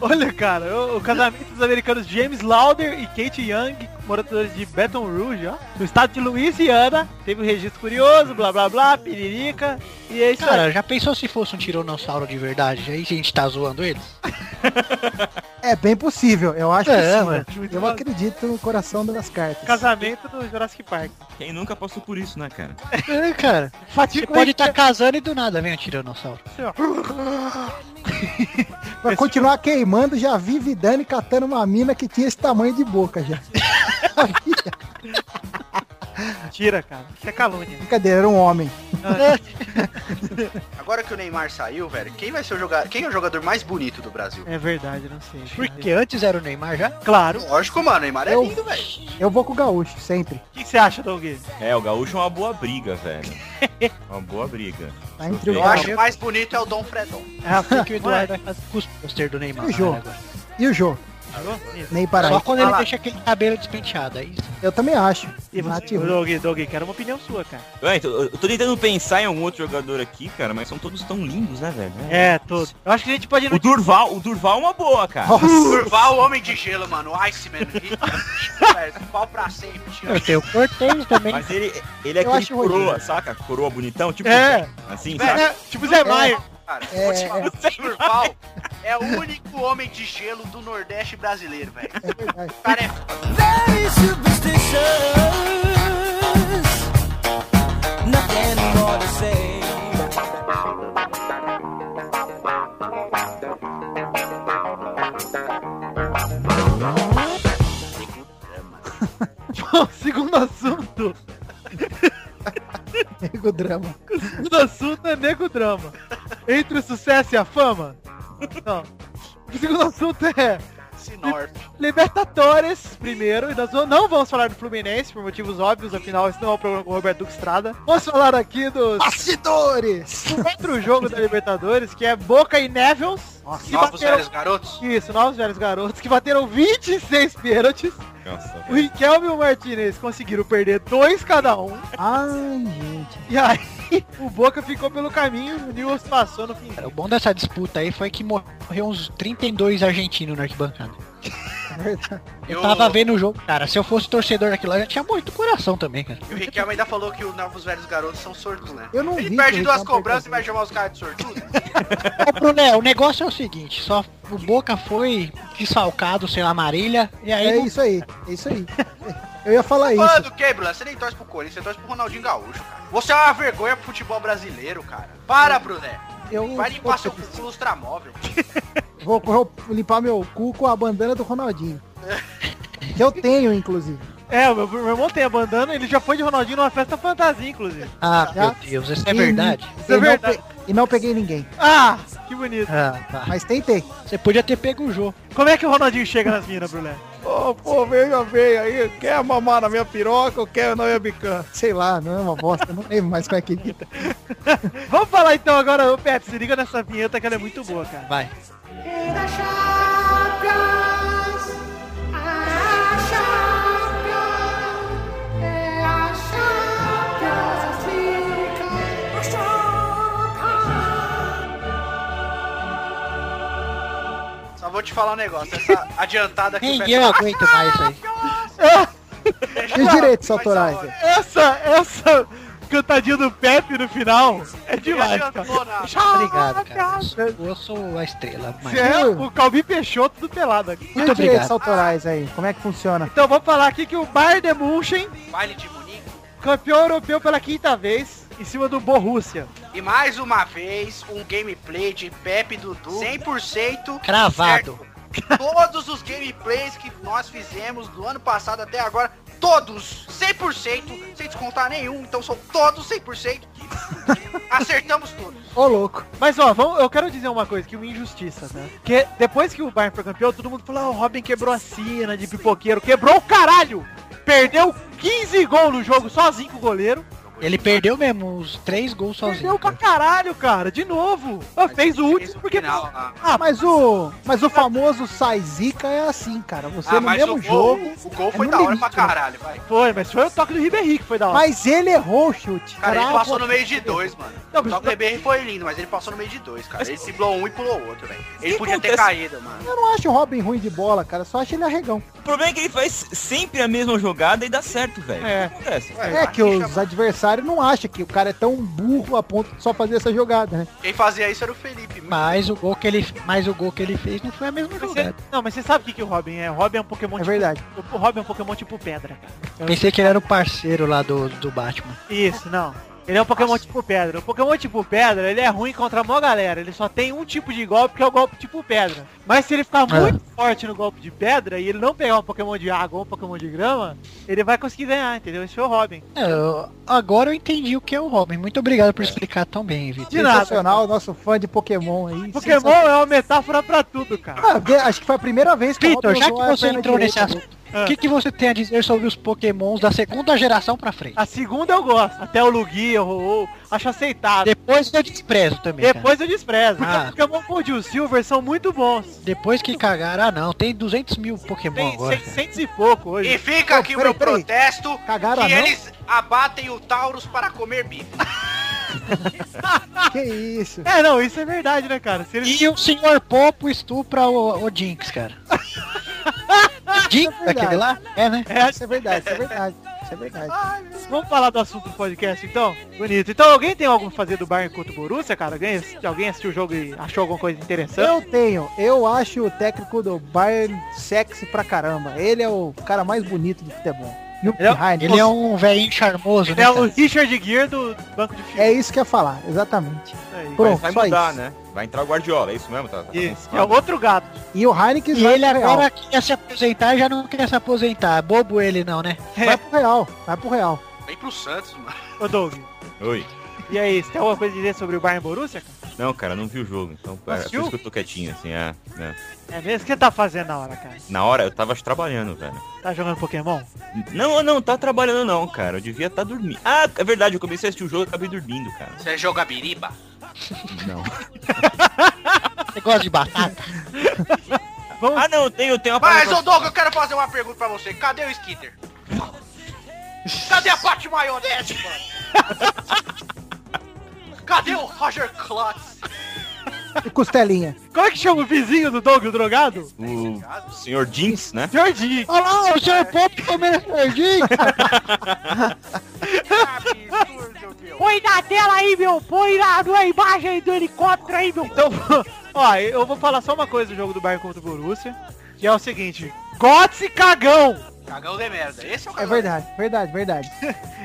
Speaker 10: Olha, cara, o, o casamento dos americanos James Lauder e Kate Young, moradores de Baton Rouge, ó, no estado de Louisiana, teve um registro curioso, blá blá blá, piririca, e é isso aí.
Speaker 3: Cara, já pensou se fosse um tiranossauro de verdade? Aí a gente tá zoando eles?
Speaker 5: É bem possível, eu acho
Speaker 3: É,
Speaker 5: que sim. Eu acredito no coração das cartas.
Speaker 10: Casamento do Jurassic Park.
Speaker 2: Quem nunca passou por isso, né, cara?
Speaker 3: É, cara. Você
Speaker 10: Fatídico
Speaker 3: pode
Speaker 10: pode...
Speaker 3: estar casando e do nada vem um tiranossauro.
Speaker 5: Pra continuar queimando, já vi Vidani catando uma mina que tinha esse tamanho de boca já.
Speaker 10: Tira, cara. Isso é calúnia.
Speaker 5: Brincadeira, era um homem.
Speaker 6: Agora que o Neymar saiu, velho, quem vai ser o jogador. Quem é o jogador mais bonito do Brasil?
Speaker 10: É verdade, não sei.
Speaker 3: Porque antes era o Neymar já?
Speaker 10: Claro.
Speaker 6: Lógico, mano, o Neymar é
Speaker 5: Eu-
Speaker 6: lindo, velho.
Speaker 5: Eu vou com o gaúcho, sempre.
Speaker 10: O que você acha, Doug?
Speaker 2: É, o gaúcho é uma boa briga, velho. Uma boa briga.
Speaker 5: Tá entre o
Speaker 6: Eu
Speaker 2: Não,
Speaker 6: acho que
Speaker 5: gaúcho
Speaker 6: o mais bonito é o Dom Fredon.
Speaker 3: Tem que o Eduardo vai fazer os pôster do Neymar. né,
Speaker 5: Fechou.
Speaker 3: agora.
Speaker 5: e o Jô. Nem para
Speaker 3: Só quando ele
Speaker 6: Ah lá.
Speaker 3: deixa aquele cabelo despenteado, é aí
Speaker 5: Eu também acho.
Speaker 10: E você,
Speaker 5: Nativo.
Speaker 10: Doug, Doug, quero uma opinião sua, cara.
Speaker 2: Ué, então, eu tô tentando pensar em algum outro jogador aqui, cara, mas são todos tão lindos, né, velho?
Speaker 10: É, todo. Eu acho que a gente pode ir
Speaker 2: O
Speaker 10: no...
Speaker 2: Durval, o Durval é uma boa, cara.
Speaker 5: Nossa,
Speaker 6: Durval, o homem de gelo, mano. O Iceman. Hitler, velho, Pau pra sempre, tio.
Speaker 3: eu tenho corteiro também.
Speaker 2: Mas ele, ele é
Speaker 5: Eu
Speaker 2: aquele
Speaker 5: acho horrível.
Speaker 2: coroa, saca? Coroa bonitão, tipo,
Speaker 10: É.
Speaker 2: assim, saca?
Speaker 10: É, tipo Zé Maio.
Speaker 6: Cara,
Speaker 5: É,
Speaker 6: vou te falar,
Speaker 5: é.
Speaker 6: o Durval é o único homem de gelo do Nordeste brasileiro, velho.
Speaker 5: é verdade.
Speaker 6: O cara é
Speaker 4: Very superstitious. Nothing more to say.
Speaker 10: Bom, segundo assunto.
Speaker 5: Nego drama.
Speaker 10: O assunto é nego drama. Entre o sucesso e a fama? Não. O segundo assunto é
Speaker 6: Sinorp.
Speaker 10: Libertadores, primeiro, e nós vamos- não vamos falar do Fluminense, por motivos óbvios, afinal esse não é o programa com o Roberto Duque Estrada. Vamos falar aqui do
Speaker 5: Bastidores!
Speaker 10: outro jogo da Libertadores, que é Boca e Nevels, que
Speaker 6: Novos
Speaker 10: bateram...
Speaker 6: velhos garotos.
Speaker 10: Isso, novos velhos garotos, que bateram 26 pênaltis.
Speaker 2: Nossa,
Speaker 10: O
Speaker 2: velho.
Speaker 10: Riquelme e o Martinez conseguiram perder dois cada um.
Speaker 5: Ai, gente.
Speaker 10: E aí, o Boca ficou pelo caminho, o Newell's passou no fim.
Speaker 3: Cara, o bom dessa disputa aí foi que morreu uns 32 argentinos na arquibancada. Eu
Speaker 6: Eu-
Speaker 3: tava vendo o jogo, cara. Se eu fosse torcedor daquilo lá, já tinha morrido o coração também, cara.
Speaker 6: E o Riquelme ainda falou que os novos velhos garotos são sortudos, né?
Speaker 5: Eu não vi.
Speaker 6: Ele
Speaker 5: que
Speaker 6: perde
Speaker 5: o
Speaker 6: duas
Speaker 5: Ricardo
Speaker 6: cobranças e vai
Speaker 5: perdeu.
Speaker 6: chamar os caras de sortudo?
Speaker 3: Ô, Bruné, o negócio é o seguinte, só o Boca foi desfalcado, sei lá, amarelha, e aí...
Speaker 5: É
Speaker 3: não-
Speaker 5: isso aí, é isso aí. Eu ia falar É isso.
Speaker 6: Mano, Kebla, você nem torce pro Corinthians, você torce pro Ronaldinho Gaúcho, cara. Você é uma vergonha pro futebol brasileiro, cara. Para, Bruné.
Speaker 5: Eu
Speaker 6: Vai limpar seu cu com lustramóvel.
Speaker 5: vou, vou limpar meu cu com a bandana do Ronaldinho. Que eu tenho, inclusive.
Speaker 10: É, o meu, meu irmão tem a bandana, ele já foi de Ronaldinho numa festa fantasia, inclusive.
Speaker 3: Ah,
Speaker 5: Já?
Speaker 3: meu Deus, isso é
Speaker 5: E-
Speaker 3: verdade?
Speaker 5: e,
Speaker 10: é
Speaker 5: não
Speaker 10: verdade.
Speaker 5: pe- e não peguei ninguém.
Speaker 10: Ah, que bonito.
Speaker 3: Ah, tá.
Speaker 5: Mas tentei.
Speaker 3: Você podia ter pego o jogo.
Speaker 10: Como é que o Ronaldinho chega nas minas, Brulé?
Speaker 12: Ô, pô, veja bem aí, quer mamar na minha piroca ou quer na minha bicanha?
Speaker 5: Sei lá, não é uma bosta, não lembro mais como é que ele
Speaker 10: Vamos falar então agora, ô Pepe, se liga nessa vinheta que ela é muito boa, cara.
Speaker 3: Vai.
Speaker 6: Só vou te falar um negócio, essa adiantada que o
Speaker 3: Nem
Speaker 6: Pepe-
Speaker 3: eu aguento mais isso aí.
Speaker 5: E os direitos
Speaker 6: Vai
Speaker 5: autorais?
Speaker 6: salvar.
Speaker 10: Essa, essa cantadinha do Pepe no final é demais,
Speaker 6: adiantou
Speaker 10: cara.
Speaker 6: nada.
Speaker 10: Chá,
Speaker 3: Obrigado, cara. Eu sou a estrela, mas...
Speaker 10: Você é o Calbi Peixoto do Pelada.
Speaker 5: E os direitos
Speaker 3: obrigado.
Speaker 5: autorais aí? Como é que funciona?
Speaker 10: Então vamos falar aqui que o Bayern de Munchen,
Speaker 6: Baile de Munique.
Speaker 10: campeão europeu pela quinta vez, em cima do Borussia.
Speaker 6: E mais uma vez, um gameplay de Pepe e Dudu 100%
Speaker 3: Cravado.
Speaker 6: certo. É, Todos os gameplays que nós fizemos do ano passado até agora, todos 100%, sem descontar nenhum, então são todos 100%. Acertamos todos.
Speaker 10: Ô, louco. Mas, ó, vamos, eu quero dizer uma coisa, que uma injustiça, né? Porque depois que o Bayern foi campeão, todo mundo falou, ah, o Robin quebrou a sina de pipoqueiro. Quebrou o caralho! Perdeu 15 gols no jogo sozinho com o goleiro.
Speaker 3: Ele perdeu mesmo os três gols sozinho.
Speaker 10: Perdeu pra caralho, cara, de novo. Ah, fez o último porque...
Speaker 5: Ah, mas o, mas o famoso sai zica é assim, cara. Você
Speaker 6: Ah,
Speaker 5: no
Speaker 6: mas
Speaker 5: mesmo
Speaker 6: o gol-
Speaker 5: jogo.
Speaker 6: o gol
Speaker 5: é
Speaker 6: foi
Speaker 5: no
Speaker 6: da hora
Speaker 5: limite,
Speaker 6: pra
Speaker 5: né?
Speaker 6: caralho, vai.
Speaker 10: Foi, mas foi o toque do Ribéry que foi da hora.
Speaker 5: Mas ele errou o chute.
Speaker 6: Cara, ele
Speaker 5: Caraca.
Speaker 6: passou no meio de dois, mano.
Speaker 10: Não,
Speaker 6: o
Speaker 10: mas-
Speaker 6: toque do BR foi lindo, mas ele passou no meio de dois, cara. Ele driblou um e pulou o outro, velho. Ele
Speaker 2: que
Speaker 6: podia ter
Speaker 2: acontece?
Speaker 6: caído, mano.
Speaker 5: Eu não acho o Robin ruim de bola, cara. Só acho ele arregão.
Speaker 2: O problema é que ele faz sempre a mesma jogada e dá certo, velho.
Speaker 5: É.
Speaker 2: O que acontece?
Speaker 5: É que os adversários não acham que o cara é tão burro a ponto de só fazer essa jogada, né?
Speaker 6: Quem fazia isso era o Felipe.
Speaker 3: Mas o gol que ele, mas o gol que ele fez não foi a mesma
Speaker 10: Mas você-
Speaker 3: jogada.
Speaker 10: não, mas você sabe o que, que o Robin é? O Robin é um Pokémon
Speaker 5: É verdade.
Speaker 10: Tipo, o Robin é um Pokémon tipo pedra, cara.
Speaker 3: Pensei que ele era o parceiro lá do, do Batman.
Speaker 10: Isso, não. Ele é um Pokémon tipo pedra. O Pokémon tipo pedra, ele é ruim contra a maior galera. Ele só tem um tipo de golpe, que é o golpe tipo pedra. Mas se ele ficar
Speaker 3: É.
Speaker 10: muito forte no golpe de pedra e ele não pegar um Pokémon de água ou um Pokémon de grama, ele vai conseguir ganhar, entendeu? Esse foi o Robin.
Speaker 3: É, eu- agora eu entendi o que é o Robin. Muito obrigado por explicar tão bem, Vitor.
Speaker 10: De nada.
Speaker 5: Sensacional, Ah, nosso fã de Pokémon aí.
Speaker 10: Pokémon é uma metáfora pra tudo, cara.
Speaker 5: Ah, de- acho que foi a primeira vez que o
Speaker 3: Vitor,
Speaker 5: Robin
Speaker 3: já que
Speaker 5: usou a
Speaker 3: você
Speaker 5: perna
Speaker 3: entrou nesse
Speaker 5: direita. né?
Speaker 3: assunto,
Speaker 10: Ah.
Speaker 3: o que, que você tem a dizer sobre os Pokémons da segunda geração pra frente?
Speaker 10: A segunda eu gosto. Até o Lugia, o Ho-Oh, acho aceitável.
Speaker 3: Depois eu desprezo também. cara.
Speaker 10: Ah. Depois eu desprezo. Porque
Speaker 3: Ah.
Speaker 10: os Pokémon Gold e o Silver são muito bons.
Speaker 3: Depois que cagaram, ah não, tem 200 mil Pokémon
Speaker 10: Tem
Speaker 3: agora. cara.
Speaker 10: 600 e pouco hoje.
Speaker 6: E fica
Speaker 5: Ô,
Speaker 6: aqui o
Speaker 5: peraí,
Speaker 6: meu
Speaker 5: peraí.
Speaker 6: protesto
Speaker 5: Cagaram
Speaker 6: que
Speaker 5: a mão?
Speaker 6: eles abatem o Taurus para comer bife.
Speaker 5: Que isso.
Speaker 10: É, não, isso é verdade, né, cara? Se eles...
Speaker 3: E o Sr. Popo estupra o, o Jinx, cara. Jinx,
Speaker 5: É verdade.
Speaker 3: aquele lá? É, né?
Speaker 10: É,
Speaker 5: Isso é verdade, isso é verdade. Isso é verdade.
Speaker 10: Vamos falar do assunto do podcast, então? Bonito. Então, alguém tem algo pra fazer do Bayern contra o Borussia, cara? Alguém, assisti- alguém assistiu o jogo e achou alguma coisa interessante?
Speaker 5: Eu tenho, eu acho o técnico do Bayern sexy pra caramba. Ele é o cara mais bonito do futebol. E o
Speaker 10: Ele é-
Speaker 5: Pirraine,
Speaker 3: Ele é
Speaker 5: nossa,
Speaker 3: um velhinho charmoso, né?
Speaker 10: É o
Speaker 3: cara?
Speaker 10: Richard Gere do banco de
Speaker 5: é
Speaker 10: futebol.
Speaker 5: isso que eu ia falar, exatamente.
Speaker 10: aí.
Speaker 5: Pronto,
Speaker 2: Vai
Speaker 5: só
Speaker 2: mudar,
Speaker 5: isso.
Speaker 2: né? Vai entrar o Guardiola, é isso mesmo? Tá, tá
Speaker 10: Isso, é
Speaker 2: confirmado.
Speaker 10: o outro gato.
Speaker 5: E o Heineken
Speaker 3: E
Speaker 5: vai
Speaker 3: ele
Speaker 5: pro Real.
Speaker 3: agora quer se aposentar e já não quer se aposentar. É Bobo ele não, né?
Speaker 5: Vai pro Real, vai pro Real.
Speaker 6: Vem pro Santos, mano.
Speaker 10: Ô, Doug.
Speaker 2: Oi.
Speaker 10: E aí, você tem alguma coisa a dizer sobre o Bayern e Borussia, cara?
Speaker 2: Não, cara, não vi o jogo, então cara, por
Speaker 10: Assistiu?
Speaker 2: isso que eu tô quietinho, assim, é, né?
Speaker 10: É mesmo? O que você tá fazendo na hora, cara?
Speaker 2: Na hora eu tava trabalhando, velho.
Speaker 10: Tá jogando Pokémon?
Speaker 2: Não, não, tá trabalhando não, cara. Eu devia estar tá dormindo. Ah, é verdade, eu comecei a assistir o jogo e acabei dormindo, cara.
Speaker 6: Você joga biriba?
Speaker 2: Não.
Speaker 3: Você gosta de batata?
Speaker 10: Vamos...
Speaker 2: Ah, não, tem, eu tenho uma
Speaker 6: Mas,
Speaker 2: parada
Speaker 6: ô Doug, eu quero fazer uma pergunta pra você. Cadê o Skitter? Cadê a parte maionese, mano? Cadê o Roger Klotz?
Speaker 5: E costelinha.
Speaker 10: Como é que chama o vizinho do Doug, o drogado?
Speaker 2: O senhor Jinx, né?
Speaker 10: Jordi.
Speaker 3: Olha lá, o Sr. Popo comendo jardim.
Speaker 6: Que absurdo, meu.
Speaker 9: Põe na tela aí, meu. Põe na, na imagem do helicóptero aí, meu.
Speaker 10: Então, ó, eu vou falar só uma coisa do jogo do Bayern contra o Borussia, que é o seguinte. Gotze cagão!
Speaker 6: Cagão de merda. Esse é o
Speaker 5: É
Speaker 6: cagão.
Speaker 5: verdade, verdade, verdade.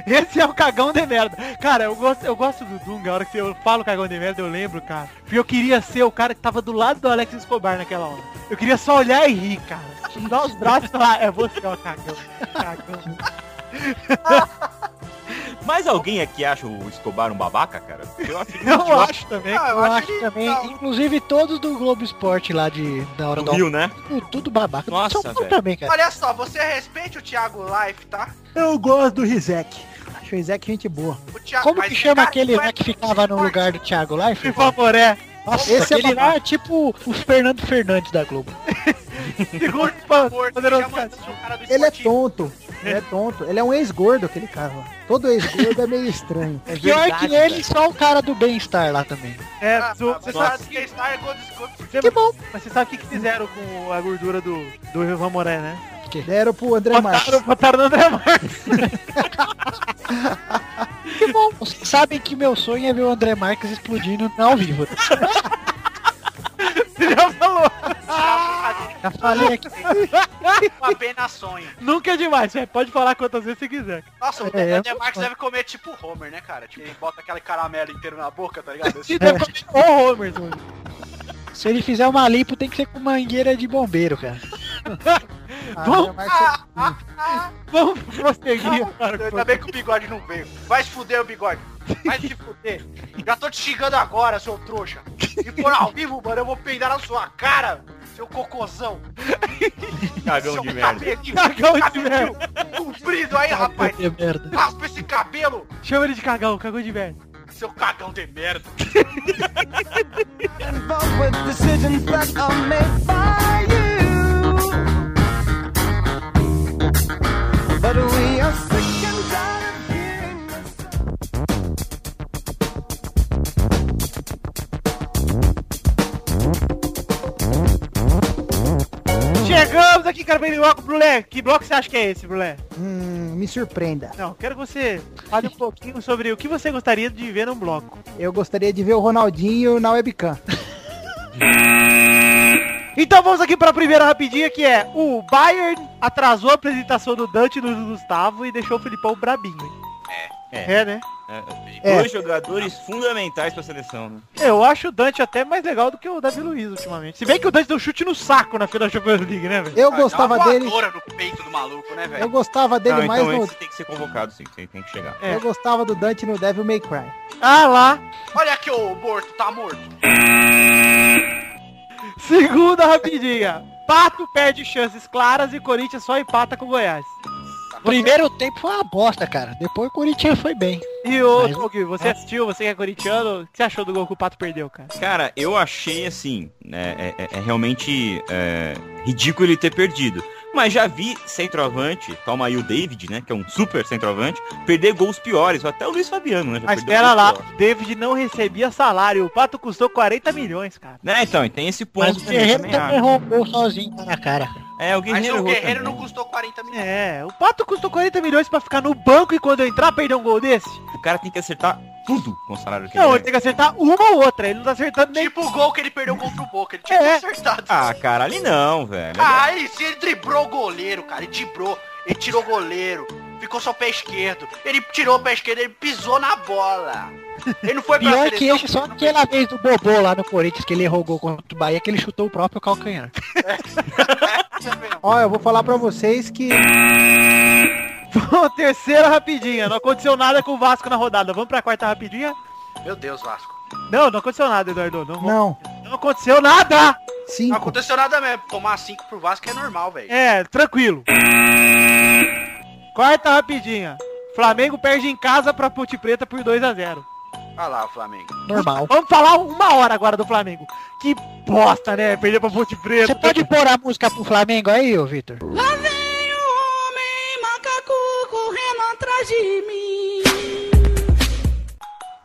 Speaker 10: Esse é o cagão de merda. Cara, eu gosto, eu gosto do Dunga. A hora que eu falo cagão de merda, eu lembro, cara. Porque eu queria ser o cara que tava do lado do Alex Escobar naquela hora. Eu queria só olhar e rir, cara. Dar os braços e falar, é você, ó, cagão. Cagão.
Speaker 2: Mas alguém aqui acha o Escobar um babaca, cara? Eu acho que
Speaker 10: Eu acho também.
Speaker 6: Ah,
Speaker 3: Eu acho
Speaker 6: ele-
Speaker 3: também,
Speaker 6: não,
Speaker 3: inclusive todos do Globo Esporte lá de da hora do
Speaker 2: no Rio, né?
Speaker 3: almoço, tudo babaca.
Speaker 2: Nossa,
Speaker 3: São Paulo
Speaker 2: velho.
Speaker 3: também, cara.
Speaker 6: Olha só, você respeite o Thiago Life, tá?
Speaker 5: Eu gosto do Rizek. Acho o Rizek gente boa.
Speaker 6: O Thiago,
Speaker 3: Como
Speaker 6: mas
Speaker 3: que
Speaker 6: o
Speaker 3: chama
Speaker 6: cara é
Speaker 3: aquele
Speaker 5: né,
Speaker 6: vai-
Speaker 3: lá que ficava no lugar do Thiago Life?
Speaker 10: Por favor, é.
Speaker 3: Nossa,
Speaker 5: Esse é
Speaker 3: aquele
Speaker 5: babaca.
Speaker 3: lá é tipo o Fernando Fernandes da Globo.
Speaker 10: Segundo fã,
Speaker 5: é
Speaker 6: Porto,
Speaker 10: poderoso
Speaker 6: chama
Speaker 10: cara.
Speaker 6: o cara do
Speaker 5: Ele é
Speaker 6: esportivo.
Speaker 5: tonto. Ele é tonto. Ele é um ex-gordo, aquele cara lá. Todo ex-gordo é meio estranho.
Speaker 3: Pior que ele, só o cara do bem-estar lá também.
Speaker 10: É,
Speaker 6: Ah,
Speaker 10: su-
Speaker 6: ah,
Speaker 10: você
Speaker 6: mas
Speaker 10: sabe,
Speaker 6: o Star quando escuta-
Speaker 10: você-
Speaker 5: Que bom.
Speaker 10: mas você sabe o que, que fizeram com a gordura do, do Ivan Moré, né?
Speaker 5: Deram pro André Marques.
Speaker 10: Botaram, botaram no André Marques.
Speaker 3: Que bom. Vocês sabem que meu sonho é ver o André Marques explodindo ao vivo. né?
Speaker 10: Você já falou.
Speaker 6: Ah, brincadeira.
Speaker 10: Já falei aqui.
Speaker 6: Apenas sonho.
Speaker 10: Nunca é demais, chefe. Pode falar quantas vezes você quiser.
Speaker 6: Nossa, o
Speaker 10: É,
Speaker 6: é, Demarcus deve comer tipo o Homer, né, cara? Tipo,
Speaker 2: É.
Speaker 6: ele bota aquele caramelo inteiro na boca, tá ligado?
Speaker 10: Se der pra mim, ô, Homer, mano.
Speaker 3: Se ele fizer uma limpo, tem que ser com mangueira de bombeiro, cara.
Speaker 10: Vamos, vamos prosseguir.
Speaker 6: Ainda bem que o bigode não veio. Vai se fuder, o bigode. Vai se fuder. Já tô te xingando agora, seu trouxa. Se for ao vivo, mano, eu vou peidar na sua cara, seu cocôzão.
Speaker 2: Cagão
Speaker 6: seu
Speaker 2: de merda.
Speaker 6: cabelinho,
Speaker 10: Cagão de
Speaker 6: cabelinho
Speaker 10: merda.
Speaker 6: Comprido aí, rapaz.
Speaker 3: Que merda.
Speaker 6: Raspa esse cabelo,
Speaker 10: Chama ele de cagão, cagou de merda.
Speaker 6: seu cagão de merda.
Speaker 4: involved with decisions that are made by you. But we are sick and tired of hearing the
Speaker 10: Chegamos aqui, cara, bem bloco, Brulé. Que bloco você acha que é esse, Brulé?
Speaker 5: Hum, me surpreenda.
Speaker 10: Não, quero que você fale um pouquinho sobre o que você gostaria de ver num bloco.
Speaker 5: Eu gostaria de ver o Ronaldinho na webcam.
Speaker 10: Então vamos aqui para a primeira rapidinha, que é o Bayern atrasou a apresentação do Dante no Gustavo e deixou o Filipão brabinho.
Speaker 2: É,
Speaker 10: É, né?
Speaker 2: é, dois jogadores fundamentais pra seleção, né?
Speaker 10: Eu acho o Dante até mais legal do que o Davi Luiz ultimamente. Se bem que o Dante deu chute no saco na final da Champions League, né, velho?
Speaker 5: Eu
Speaker 6: Ah, dá
Speaker 5: gostava
Speaker 6: uma
Speaker 5: dele.
Speaker 6: voadora no peito do maluco, né,
Speaker 5: Eu
Speaker 6: velho?
Speaker 5: gostava dele
Speaker 2: Não,
Speaker 5: mais
Speaker 2: então
Speaker 5: no.
Speaker 2: esse tem que ser convocado, sim. Tem, tem que chegar.
Speaker 10: É.
Speaker 5: Eu gostava do Dante no Devil May Cry.
Speaker 10: Ah lá!
Speaker 6: Olha aqui, ô morto, tá morto.
Speaker 10: Segunda rapidinha. Pato perde chances claras e Corinthians só empata com o Goiás.
Speaker 3: Primeiro tempo foi uma bosta, cara. Depois o Corinthians foi bem.
Speaker 10: E ô,
Speaker 3: Mas-
Speaker 10: Doug, você assistiu, você que é corintiano, o que você achou do gol que o Pato perdeu, cara?
Speaker 2: Cara, eu achei assim, né, é, é- é realmente é, ridículo ele ter perdido. Mas já vi centroavante, calma aí o David, né, que é um super centroavante, perder gols piores. Até o Luiz Fabiano, né? já
Speaker 10: Mas
Speaker 2: perdeu
Speaker 10: Ah, espera
Speaker 2: gol
Speaker 10: lá,
Speaker 2: pior.
Speaker 10: o David não recebia salário. O Pato custou 40 milhões, cara.
Speaker 2: Né, então, e tem esse
Speaker 3: Mas
Speaker 2: ponto
Speaker 3: o
Speaker 2: também,
Speaker 3: Guerreiro
Speaker 2: também
Speaker 3: também
Speaker 2: acho.
Speaker 3: rompeu sozinho cara, na cara.
Speaker 2: É, o
Speaker 6: Mas
Speaker 2: Guerreiro,
Speaker 6: o
Speaker 2: errou
Speaker 6: guerreiro
Speaker 2: também.
Speaker 6: não custou 40 mil.
Speaker 10: É, o Pato custou 40 milhões pra ficar no banco e quando eu entrar perder um gol desse?
Speaker 2: O cara tem que acertar tudo com o salário que
Speaker 10: Não,
Speaker 2: ele
Speaker 10: ele
Speaker 2: ganha.
Speaker 10: tem que acertar uma ou outra, ele não tá acertando nem...
Speaker 6: Tipo o gol que ele perdeu contra o Boca, ele tinha
Speaker 10: É.
Speaker 6: acertado.
Speaker 2: Ah, cara, ali não, velho.
Speaker 6: Ah, ele, se ele driblou o goleiro, cara. Ele driblou, ele tirou o goleiro. Ficou só o pé esquerdo. Ele tirou o pé esquerdo, ele pisou na bola. Ele não foi pra
Speaker 3: Pior que
Speaker 6: seleção,
Speaker 3: esse, só
Speaker 6: não
Speaker 3: aquela vez do Bobô lá no Corinthians que ele errou o gol contra o Bahia, que ele chutou o próprio calcanhar.
Speaker 6: É. fez mesmo.
Speaker 5: Ó, eu vou falar pra vocês que.
Speaker 10: Bom, terceira rapidinha, não aconteceu nada com o Vasco na rodada. Vamos pra quarta rapidinha?
Speaker 6: Meu Deus, Vasco.
Speaker 10: Não, não aconteceu nada, Eduardo. Não,
Speaker 5: Não,
Speaker 3: Tá
Speaker 10: não aconteceu nada!
Speaker 6: Não
Speaker 5: cinco.
Speaker 6: aconteceu nada mesmo. Tomar 5 pro Vasco é normal, velho.
Speaker 10: É, tranquilo. Quarta rapidinha. Flamengo perde em casa pra Ponte Preta por 2 a 0
Speaker 6: Olha lá, Flamengo.
Speaker 3: Normal.
Speaker 10: Vamos falar uma hora agora do Flamengo. Que bosta, né? Perder pra Ponte Preta.
Speaker 3: Você pode pôr a música pro Flamengo aí, ô Vitor?
Speaker 4: Lá vem o homem macaco correndo atrás de mim.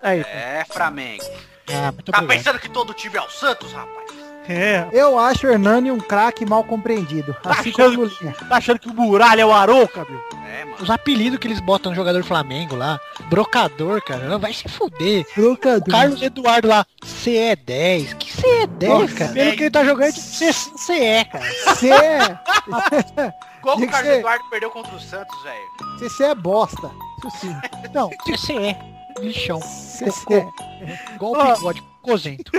Speaker 10: Aí.
Speaker 6: É, Flamengo.
Speaker 3: Ah, muito
Speaker 6: Tá
Speaker 3: obrigado.
Speaker 6: pensando que todo time é o Santos, rapaz?
Speaker 10: É.
Speaker 5: Eu acho o Hernani um craque mal compreendido. Assim
Speaker 10: achando
Speaker 5: como o Lulinha.
Speaker 10: Tá achando que o Muralha é o Arouca, meu?
Speaker 6: É, mano.
Speaker 3: Os apelidos que eles botam no jogador do Flamengo lá, brocador, cara, vai se fuder.
Speaker 5: Troca
Speaker 3: O Carlos Eduardo lá, CE10. Que CE10,
Speaker 5: Nossa,
Speaker 3: cara? Pelo que ele tá jogando é de CE, cara.
Speaker 5: Você Tinha
Speaker 6: Gol que o
Speaker 5: que
Speaker 6: Carlos
Speaker 5: ser-
Speaker 6: Eduardo perdeu contra o Santos, velho.
Speaker 5: Você é bosta. Isso sim.
Speaker 3: Não, CE. Lixão.
Speaker 5: Você é.
Speaker 3: Igual
Speaker 10: Ó.
Speaker 3: o bigode, cozento.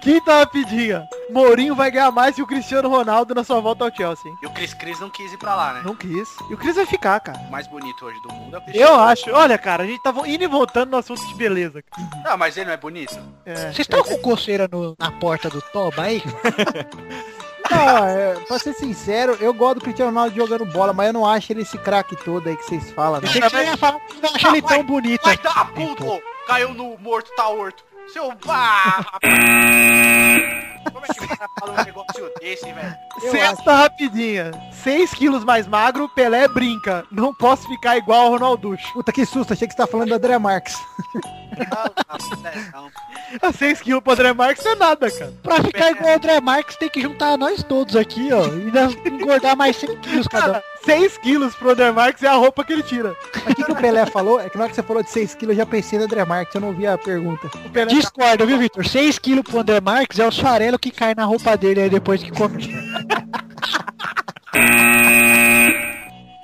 Speaker 10: Quinta rapidinha. Mourinho vai ganhar mais que o Cristiano Ronaldo na sua volta ao Chelsea. hein?
Speaker 6: E o Cris Cris não quis ir pra lá, né?
Speaker 10: Não quis. E o Cris vai ficar, cara.
Speaker 6: O mais bonito hoje do mundo é o
Speaker 10: Eu
Speaker 6: Cristiano.
Speaker 10: acho. Olha, cara, a gente tava indo e voltando no assunto de beleza.
Speaker 6: Não, mas ele não é bonito?
Speaker 10: É.
Speaker 3: Vocês estão com coceira no- na porta do Toba aí?
Speaker 5: Não, é, pra ser sincero, eu gosto do Cristiano Ronaldo jogando bola, mas eu não acho ele esse craque todo aí que vocês falam.
Speaker 3: Eu
Speaker 5: Né?
Speaker 3: achei que você ia falar que não acha ele tão bonito.
Speaker 10: tá
Speaker 6: Vai dar a puta, ô. tá Caiu no morto, tá morto. Seu... Ah, rapaz. Como é que você fala um negócio desse, velho?
Speaker 10: Sexta rapidinha. 6 quilos mais magro, Pelé brinca. Não posso ficar igual ao Ronalducho.
Speaker 5: Puta que susto, achei que você tá falando do André Marques.
Speaker 6: Não, não, não.
Speaker 10: 6 quilos pro André Marques não é nada, cara.
Speaker 3: Pra ficar igual o André Marques, tem que juntar nós todos aqui, ó. E ainda engordar mais 100 quilos cada um.
Speaker 10: Cara, 6 quilos pro André Marques é a roupa que ele tira.
Speaker 5: Mas o que, que o Pelé falou? É que na hora que você falou de 6kg eu já pensei no André Marques, eu não ouvi a pergunta.
Speaker 3: Discorda, viu, Vitor? 6kg pro André Marques é o farelo que cai na roupa dele aí depois que come.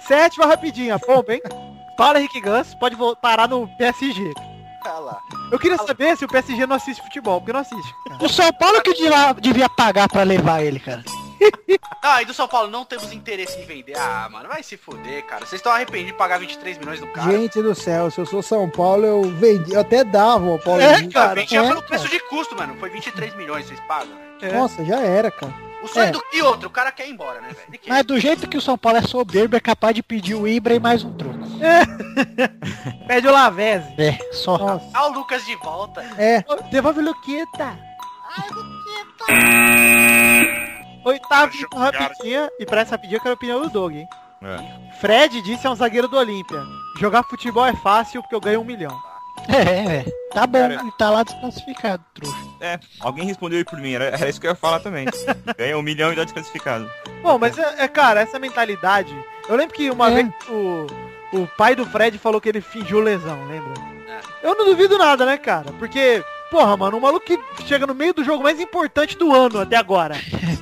Speaker 10: 7 rapidinha, pompa, hein? Paulo Henrique Gans pode vo- parar no PSG.
Speaker 6: Ah lá.
Speaker 10: Eu queria saber se o PSG não assiste futebol, porque não assiste.
Speaker 3: O São Paulo que devia- devia pagar pra levar ele, cara.
Speaker 6: Ah, e do São Paulo, não temos interesse em vender. Ah, mano, vai se fuder, cara. Vocês estão arrependidos de pagar 23 milhões do cara?
Speaker 5: Gente do céu, se eu sou São Paulo, eu vendi, eu até dava o Paulo
Speaker 6: É,
Speaker 5: Henrique.
Speaker 6: cara, vendia pelo
Speaker 5: cara.
Speaker 6: preço de custo, mano. Foi 23 milhões, vocês pagam.
Speaker 3: É.
Speaker 6: né?
Speaker 5: Nossa, já era, cara.
Speaker 6: O sonho
Speaker 5: É.
Speaker 6: do que outro? O cara quer ir embora, né, velho?
Speaker 3: Mas do jeito que o São Paulo é soberbo, é capaz de pedir o Ibra e mais um troco.
Speaker 10: Pede o Lavezzi.
Speaker 3: É, só.
Speaker 6: Ah, o Lucas de volta.
Speaker 5: É.
Speaker 10: Devolve o Luqueta. Oitavo e último rapidinha. E pra essa rapidinha eu quero a opinião do Doug, hein? Fred disse é um zagueiro do Olímpia. Jogar futebol é fácil porque eu ganho um milhão.
Speaker 3: É, é. Tá bom, ele tá lá desclassificado, trouxa.
Speaker 2: É, alguém respondeu aí por mim, era, era isso que eu ia falar também. Ganha um milhão e dá desclassificado.
Speaker 10: Bom, mas é, é, cara, essa mentalidade. Eu lembro que
Speaker 3: É.
Speaker 10: uma vez o, o pai do Fred falou que ele fingiu lesão, lembra?
Speaker 6: É.
Speaker 10: Eu não duvido nada, né, cara? Porque, porra, mano, um maluco que chega no meio do jogo mais importante do ano até agora.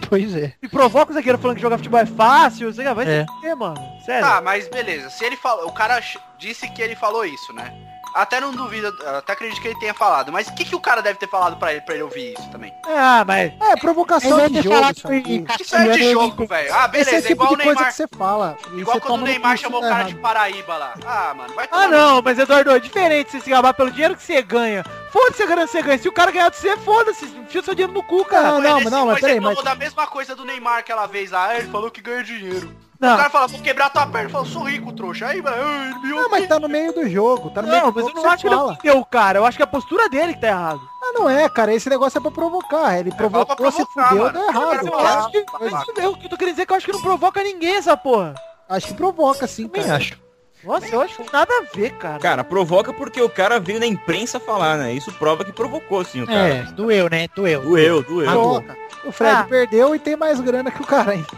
Speaker 3: pois é.
Speaker 10: E provoca o zagueiro falando que jogar futebol é fácil, você vai
Speaker 3: É.
Speaker 10: se fuder, mano. Sério.
Speaker 6: Tá, mas beleza. Se ele falou, o cara ch- disse que ele falou isso, né? Até não duvido, até acredito que ele tenha falado. Mas o que, que o cara deve ter falado pra ele, pra ele ouvir isso também?
Speaker 10: Ah, mas.
Speaker 5: É, provocação de jogo. Isso, aqui.
Speaker 6: Isso é de jogo, velho. Ah, beleza,
Speaker 5: Esse é o tipo
Speaker 6: igual o
Speaker 5: de coisa
Speaker 6: Neymar.
Speaker 5: que você fala. e
Speaker 6: Igual
Speaker 5: você
Speaker 6: quando
Speaker 5: toma
Speaker 6: o
Speaker 5: no
Speaker 6: Neymar
Speaker 5: cu,
Speaker 6: chamou o
Speaker 10: é
Speaker 5: tá
Speaker 6: cara
Speaker 5: errado.
Speaker 6: de Paraíba lá. Ah, mano, vai
Speaker 10: Ah não, mas Eduardo, é diferente você se gabar pelo dinheiro que você ganha. Foda-se a grana que você ganha. Se o cara ganhar de você, foda-se. Enfia o seu dinheiro no cu, cara.
Speaker 5: Não, não, não, mas
Speaker 12: é
Speaker 5: peraí, mas...
Speaker 6: da mesma coisa do Neymar aquela vez lá. Ah, Ele falou que ganha dinheiro.
Speaker 10: Não.
Speaker 6: O cara fala, vou quebrar tua perna. Ele falou, sou rico, trouxa. Aí, mano, ah, ele me
Speaker 5: Não, mas tá no meio do jogo, tá no meio
Speaker 10: Não,
Speaker 5: do
Speaker 10: mas
Speaker 5: jogo
Speaker 10: eu não acho
Speaker 5: que
Speaker 10: que
Speaker 5: você
Speaker 10: ele
Speaker 5: fala.
Speaker 10: ofendeu o cara. Eu acho que a postura dele que tá errado.
Speaker 5: Ah, não é, cara, esse negócio é pra provocar. Ele provocou, se fudeu, deu errado.
Speaker 10: Eu acho que,
Speaker 5: Mas-
Speaker 10: mas isso é o que eu tô querendo dizer que eu acho que não provoca ninguém essa porra.
Speaker 5: Acho que provoca, sim,
Speaker 10: Também
Speaker 5: cara.
Speaker 3: acho.
Speaker 10: Nossa, eu acho que nada a ver, cara.
Speaker 2: Cara, provoca porque o cara veio na imprensa falar, né? Isso prova que provocou, sim, o
Speaker 3: É,
Speaker 2: cara.
Speaker 3: doeu, né? Doeu.
Speaker 2: Doeu, doeu.
Speaker 5: Provoca. O Fred
Speaker 10: Ah.
Speaker 5: perdeu e tem mais grana que o cara ainda.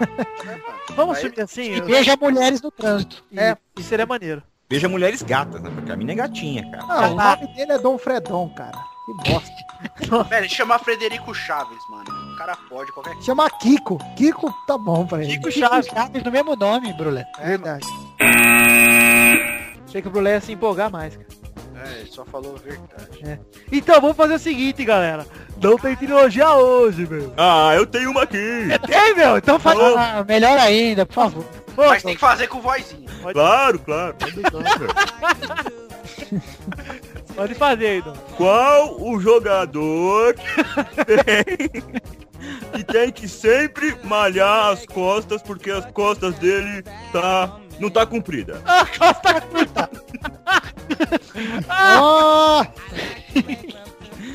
Speaker 10: Vamos subir assim.
Speaker 3: E
Speaker 10: eu-
Speaker 3: veja mulheres no trânsito.
Speaker 10: É, isso seria maneiro.
Speaker 2: Veja mulheres gatas, né? Porque a mina é gatinha, cara.
Speaker 5: Ah, o
Speaker 10: Ah.
Speaker 5: nome dele é Dom Fredon, cara. Que bosta.
Speaker 6: Velho, ele chama Frederico Chaves, mano. O cara pode qualquer coisa.
Speaker 5: Chama Kiko. Kiko tá bom pra ele.
Speaker 3: Chico Chaves, Chaves no mesmo nome, Brulé.
Speaker 5: É verdade.
Speaker 10: Achei que o Brulé ia se empolgar mais, cara.
Speaker 6: É, ele só falou a verdade.
Speaker 10: Então, vamos fazer o seguinte, galera. Não tem trilogia hoje, meu.
Speaker 2: Ah, eu tenho uma aqui.
Speaker 10: Tem, meu. Então faz...
Speaker 3: Ah, melhor ainda, por favor.
Speaker 10: Pô,
Speaker 6: Mas tem que fazer com vozinha.
Speaker 2: Claro, claro.
Speaker 10: Pode fazer, então.
Speaker 2: Qual o jogador que tem, que tem que sempre malhar as costas porque as costas dele tá não tá comprida?
Speaker 10: Ah, costa curta.
Speaker 5: Ah,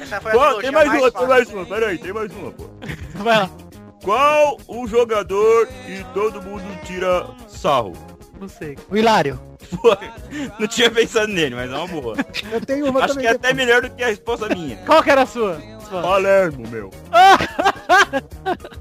Speaker 6: Essa foi a
Speaker 2: Qual,
Speaker 6: trilogia
Speaker 2: tem mais, uma, tem
Speaker 6: fácil.
Speaker 2: mais uma, peraí, tem mais uma, pô.
Speaker 10: Vai lá.
Speaker 2: Qual o jogador que todo mundo tira sarro?
Speaker 10: Não sei.
Speaker 3: O Hilário.
Speaker 2: Foi. Não tinha pensado nele, mas é uma boa.
Speaker 5: eu tenho uma
Speaker 2: Acho
Speaker 5: também.
Speaker 2: que é até melhor do que a resposta minha.
Speaker 10: Qual que era a sua? Sua.
Speaker 2: Palermo, meu.